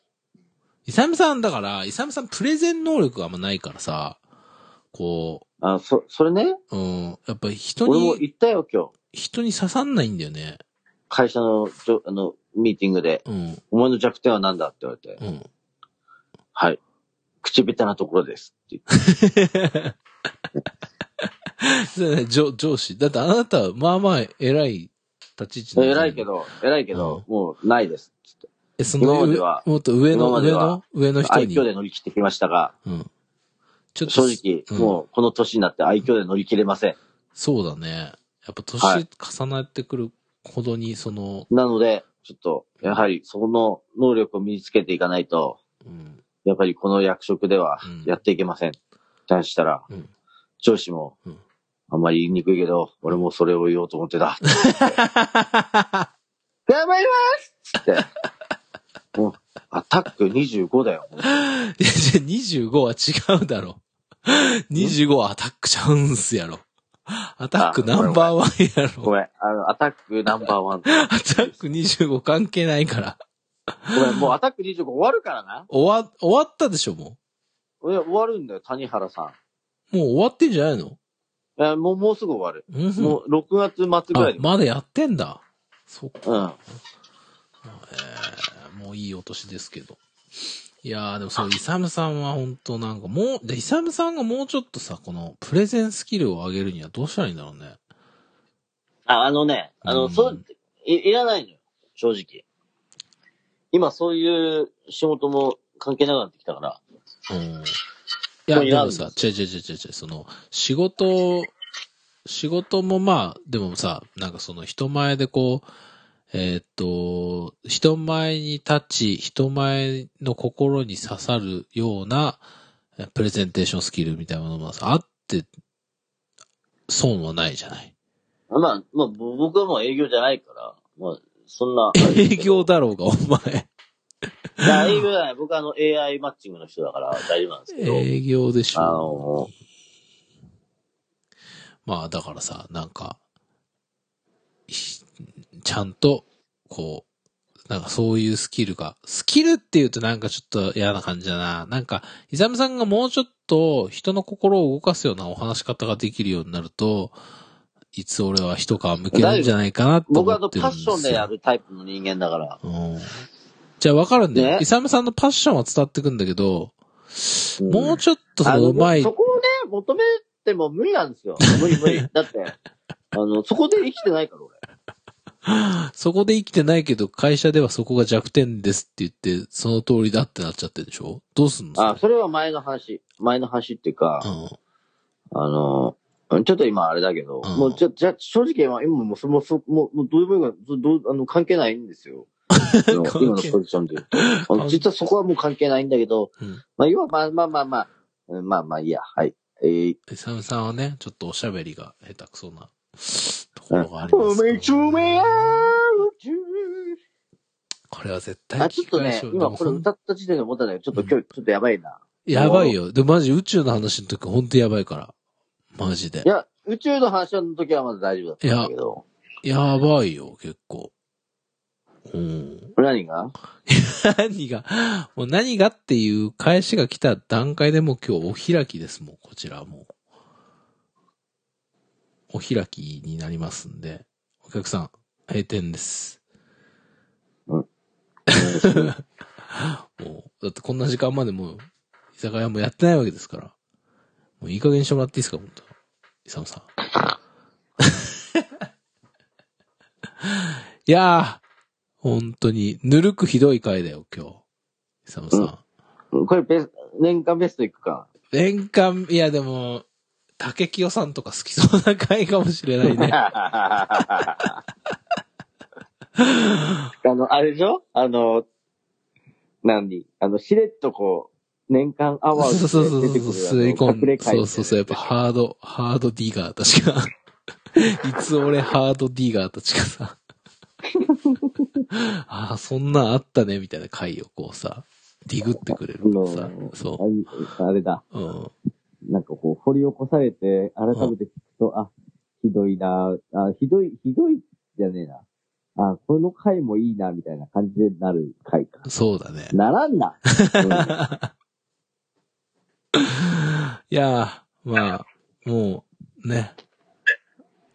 Speaker 1: イサムさん、だから、イサムさんプレゼン能力があんまないからさ、こ
Speaker 2: 当あ、そ、それね、
Speaker 1: う、うん、やっぱ人
Speaker 2: 俺も
Speaker 1: に、
Speaker 2: 言ったよ今日。
Speaker 1: 人に刺さんないんだよね。
Speaker 2: 会社の、ちょあの、ミーティングで、
Speaker 1: うん、
Speaker 2: お前の弱点は何だって言われて、
Speaker 1: うん。
Speaker 2: はい。口下手なところですって言って。
Speaker 1: そうね上上司。だってあなた、まあまあ、偉い立ち位置
Speaker 2: 偉いけ。ど、偉いけど、もうないです。
Speaker 1: え、そ
Speaker 2: 今
Speaker 1: の
Speaker 2: ま
Speaker 1: 上
Speaker 2: では、
Speaker 1: もっと上
Speaker 2: 今
Speaker 1: の、
Speaker 2: ま
Speaker 1: 上
Speaker 2: では
Speaker 1: の、上の人
Speaker 2: 愛
Speaker 1: に。
Speaker 2: 嬌で乗り切ってきましたが、
Speaker 1: うん。ちょっと、
Speaker 2: 正直、
Speaker 1: うん
Speaker 2: もうこの年になって愛嬌で乗り切れません。
Speaker 1: そうだね。やっぱ
Speaker 2: は
Speaker 1: 年重なってくるほどに、その、
Speaker 2: なので、ちょっと、やはり、その能力を身につけていかないと、
Speaker 1: うん、
Speaker 2: やっぱりこの役職では
Speaker 1: うん
Speaker 2: やっていけません。だしたら、
Speaker 1: うん
Speaker 2: 上司も
Speaker 1: うん、
Speaker 2: あんまり言いにくいけど、俺もそれを言おうと思ってた。やばいますつ って。もう、アタック25だよ。
Speaker 1: いやじゃあ25は違うだろ。25はアタックちゃうんすやろ。アタックナンバーワンやろ。
Speaker 2: ごめん、あの、アタックナンバーワン。
Speaker 1: アタック25関係ないから。
Speaker 2: ごめん、もうアタック25終わるからな。
Speaker 1: 終わ、終わったでしょ、も
Speaker 2: いや終わるんだよ、谷原さ
Speaker 1: う。もう終わってんじゃないの
Speaker 2: ん。えもう、もうすぐ終わる。
Speaker 1: うんふん
Speaker 2: もう、6月末ぐら
Speaker 1: あ
Speaker 2: い、で。
Speaker 1: まだやってんだ。そっか。
Speaker 2: うん。
Speaker 1: えーもういいお年ですけど。いやー、でもそう、イサムさんは本当なんかもう、で、イサムさんがもうちょっとさ、このプレゼンスキルを上げるにはどうしたらいいんだろうね。
Speaker 2: あ、あのね、あの、
Speaker 1: うん
Speaker 2: そう、い、いらないのよ、正直。今そういう仕事も関係なくなってきたから。
Speaker 1: うん。い
Speaker 2: も
Speaker 1: や、
Speaker 2: ういら
Speaker 1: で
Speaker 2: ん
Speaker 1: もさ、違う違う違う違う違う、その、仕事、仕事もまあ、でもさ、なんかその人前でこう、えーっと、人前に立ち、人前の心に刺さるようなえプレゼンテーションスキルみたいなものもさあって、損はないじゃない。
Speaker 2: まあ、まあ、ぼ僕はもう営業じゃないから、まあ、そんな。
Speaker 1: 営業だろうが、お前。
Speaker 2: いや営業じゃない。僕はあの AI マッチングの人だから大丈夫なんですけど。
Speaker 1: 営業でしょ。
Speaker 2: あの
Speaker 1: まあ、だからさ、なんか、ひちゃんと、こう、なんかそういうスキルが、スキルっていうとなんかちょっと嫌な感じだな。なんか、イザムさんがもうちょっと人の心を動かすようなお話し方ができるようになると、いつ俺は一皮向けるんじゃないかなと
Speaker 2: 僕
Speaker 1: 思
Speaker 2: はあ
Speaker 1: っ
Speaker 2: の
Speaker 1: て
Speaker 2: パ
Speaker 1: るん
Speaker 2: ッ
Speaker 1: です
Speaker 2: シ
Speaker 1: よ。
Speaker 2: ョンでやるタイプの人間だから。
Speaker 1: うん。じゃあわかるんだよ。
Speaker 2: ね
Speaker 1: イサムさんのパッションは伝わってくんだけど、もうちょっとそ
Speaker 2: あ
Speaker 1: の
Speaker 2: の
Speaker 1: うまい
Speaker 2: そこをね、求めても無理なんですよ。無理 無理。だって、あの、そこで生きてないから俺。
Speaker 1: そこで生きてないけど、会社ではそこが弱点ですって言って、その通りだってなっちゃってるでしょどうすんの
Speaker 2: あ、
Speaker 1: そ
Speaker 2: それは前の話。前の話っていうか、
Speaker 1: れうん。
Speaker 2: あの、うんちょっと今あれだけど、
Speaker 1: うん
Speaker 2: もうちょ、じゃ、正直今、今もうそ、もうそ、もう、もうどういうものか、どう、あの、関係ないんで すよ。あの
Speaker 1: 係
Speaker 2: 今のポジションで言うとあの。実はそこはもう関係ないんだけど、
Speaker 1: うん
Speaker 2: まあ、要は、まあまあまあまあ、うんまあまあいいや、はい。えー、
Speaker 1: イサムさんはね、ちょっとおしゃべりが下手くそなとこ
Speaker 2: う
Speaker 1: ろがあります
Speaker 2: ん、お
Speaker 1: から
Speaker 2: めちょめや宇宙
Speaker 1: これは絶対
Speaker 2: あ、
Speaker 1: 聞
Speaker 2: ちょっ
Speaker 1: き
Speaker 2: と
Speaker 1: 返
Speaker 2: ね
Speaker 1: しよ、う。で
Speaker 2: 今
Speaker 1: も
Speaker 2: これ
Speaker 1: ほん
Speaker 2: 歌った時点で思ったんだけど、ちょっと今日、ちょっとやばいな。
Speaker 1: やばいよ。でもマジ宇宙の話の時ほんとやばいから。マジで
Speaker 2: い。や、宇宙の話の時はまだ大丈夫だったんだけど、
Speaker 1: やばいよ、結構。うん。
Speaker 2: 何が
Speaker 1: 何が、もう何がっていう返しが来た段階でもう今日お開きですもん、こちらはもう。お開きになりますんで、お客さん、閉店です。もう、だってこんな時間までもう、居酒屋もやってないわけですから。もういい加減にしてもらっていいですか、本当イサムさん。いやー、本当に、ぬるくひどい回だよ、今日。イサムさん。
Speaker 2: うんこれベス、年間ベストいくか。
Speaker 1: 年間、いやでも、竹清さんとか好きそうな回かもしれない ね。
Speaker 2: あの、あれでしょあの、何あの、しれっとこう、年間ア
Speaker 1: そ
Speaker 2: ワ
Speaker 1: う
Speaker 2: ー
Speaker 1: そうそうそう、
Speaker 2: で
Speaker 1: 吸い
Speaker 2: 出てくるあの
Speaker 1: 込
Speaker 2: 隠れ
Speaker 1: む。そ
Speaker 2: 会みたいな
Speaker 1: うそうそう、やっぱハード、ハードディガー 確か。いつ俺ハードディガーたちが さ。ああ、そんなんあったね、みたいな回をこうさ、ディグってくれるからさ。
Speaker 2: うん
Speaker 1: そ
Speaker 2: ああれだ。
Speaker 1: う。うん。
Speaker 2: なんかこう、掘り起こされて、改めて聞くと、あ、ひどいなあ、ひどい、ひどいじゃねえな。あ、この回もいいな、みたいな感じでなる回か。
Speaker 1: そうだね。
Speaker 2: ならん な。うん
Speaker 1: いやー、まあ、もう、ね。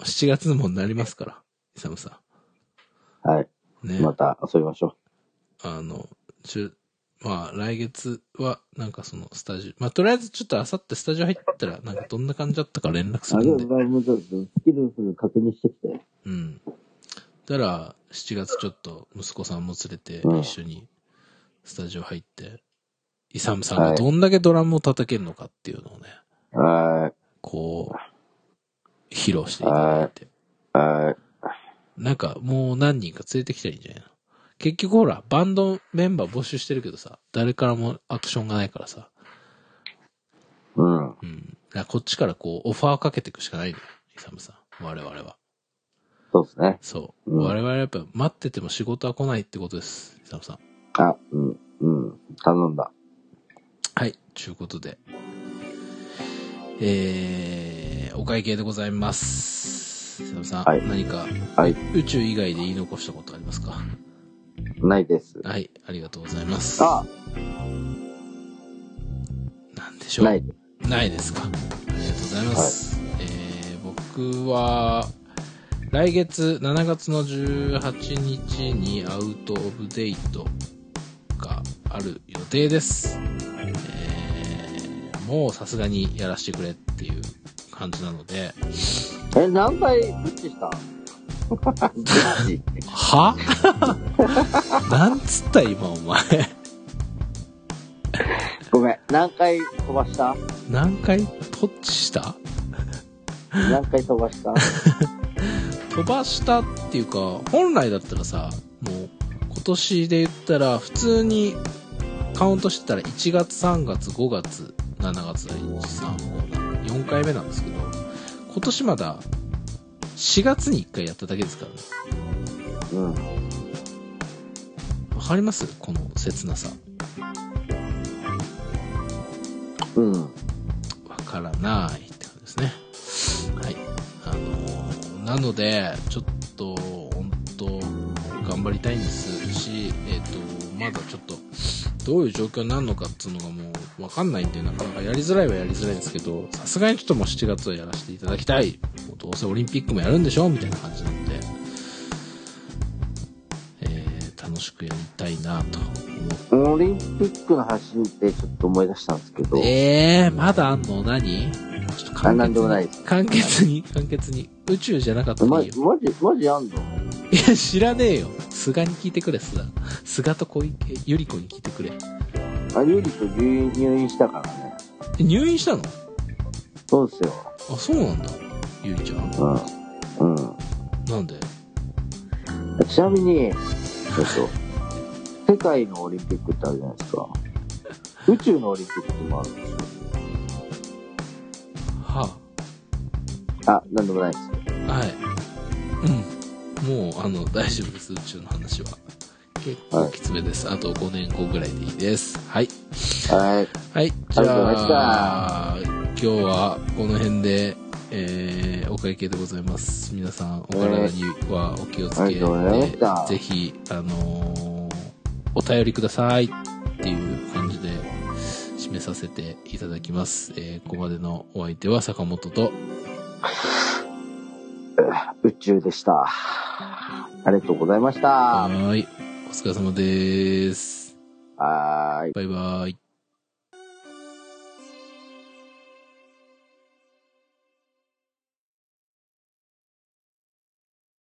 Speaker 1: 7月もなりますから、イサムさ
Speaker 2: はい。
Speaker 1: ん。ね。
Speaker 2: また遊びましょ
Speaker 1: あの、ちゅ、まあ、来月は、なんかその、スタジオ、まあ、とりあえずちょっとあさってスタジオ入ったら、なんかどんな感じだったか連絡す
Speaker 2: う。あ、
Speaker 1: る
Speaker 2: で
Speaker 1: ん
Speaker 2: も、
Speaker 1: で。
Speaker 2: もうちょっと、スキルフル確認してきて。
Speaker 1: うん。たら、7月ちょっと、息子さんも連れて、
Speaker 2: うん
Speaker 1: 一緒に、スタジオ入って、イサムさんがどんだけドラムを叩けるのかっていうのをね、
Speaker 2: はい。
Speaker 1: こう、披露していただいて。
Speaker 2: はい。
Speaker 1: なんか、もう何人か連れてきたらいいんじゃないの結局ほら、バンドメンバー募集してるけどさ、誰からもアクションがないからさ。
Speaker 2: うん。
Speaker 1: うん。だからこっちからこう、オファーかけていくしかないのよ、イサムさん。我々は。
Speaker 2: そうですね。
Speaker 1: そう。
Speaker 2: うん
Speaker 1: 我々はやっぱ待ってても仕事は来ないってことです、イサムさん。
Speaker 2: あ、うん、うん。頼んだ。
Speaker 1: はい。ちゅうことで。えー、お会計でございます。イサムさん、
Speaker 2: はい
Speaker 1: 何か
Speaker 2: はい。
Speaker 1: 宇宙以外で言い残したことありますか
Speaker 2: ないです。
Speaker 1: はい。ありがとうございます。
Speaker 2: あ、
Speaker 1: なんでしょう。
Speaker 2: ないです。
Speaker 1: ないですか。ありがとうございます。えー僕は、来月7月の18日にアウトオブデートがある予定です。えーもうさすがにやらせてくれっていう感じなので、
Speaker 2: え、何回ブッチ したブッチ。
Speaker 1: は なんつった今お前。
Speaker 2: ごめん。何回飛ばした
Speaker 1: 何回ポッチした
Speaker 2: 何回飛ばした
Speaker 1: 飛ばしたっていうか本来だったらさもう今年で言ったら普通にカウントしてたら1月3月5月7月134回目なんですけど今年まだ4月に1回やっただけですからね
Speaker 2: うん。
Speaker 1: わかりますこの切なさ
Speaker 2: うん。
Speaker 1: わからないって感じですね。はい。あのーなので、ちょっと、本当頑張りたいんですし、えっ、と、まだちょっと、どういう状況になるのかっていうのがもう、わかんないんで、なかなかやりづらいはやりづらいんですけど、さすがにちょっともう7月はやらせていただきたい。もうどうせオリンピックもやるんでしょみたいな感じなんで、えー、楽しくやりたいなと思っ
Speaker 2: オリンピックの話でちょっと思い出したんですけど、
Speaker 1: ええー、まだあんの何ちょっと簡潔に
Speaker 2: あなんでもないです
Speaker 1: 簡潔に、簡潔に。宇宙じゃなかったら
Speaker 2: ま、マ
Speaker 1: いい
Speaker 2: ジ
Speaker 1: よ。、
Speaker 2: マジやんの
Speaker 1: いや、知らねえよ。菅に聞いてくれ、菅。菅と小池、ゆり子に聞いてくれ。
Speaker 2: あ、ゆりと入院したからね。
Speaker 1: え入院したの
Speaker 2: そうですよ。
Speaker 1: あ、そうなんだ。ゆりちゃん。
Speaker 2: うん。う
Speaker 1: なんで
Speaker 2: ん。ちなみに、えっと、世界のオリンピックってあるじゃないですか。宇宙のオリンピックもあるんですよ。
Speaker 1: は
Speaker 2: あ、なんでもないですよ。
Speaker 1: あ、はい。うん。もう、あの、大丈夫です、宇宙の話は。結構きつめです。あと5年後ぐらいでいいです。はい。
Speaker 2: はい。
Speaker 1: はい、じ
Speaker 2: ありがとうございまし
Speaker 1: ゃあ、今日はこの辺で、えー、お会計でございます。皆さん、お体にはお気をつ
Speaker 2: あ
Speaker 1: けて、
Speaker 2: りがとうございました
Speaker 1: ぜひ、あのーお便りくださいっていう感じで、締めさせていただきます。えー、ここまでのお相手は坂本と、
Speaker 2: 宇宙でした。ありがとうございました。
Speaker 1: は
Speaker 2: は
Speaker 1: ーい、お疲れ様です。
Speaker 2: ーい。
Speaker 1: バイバイ。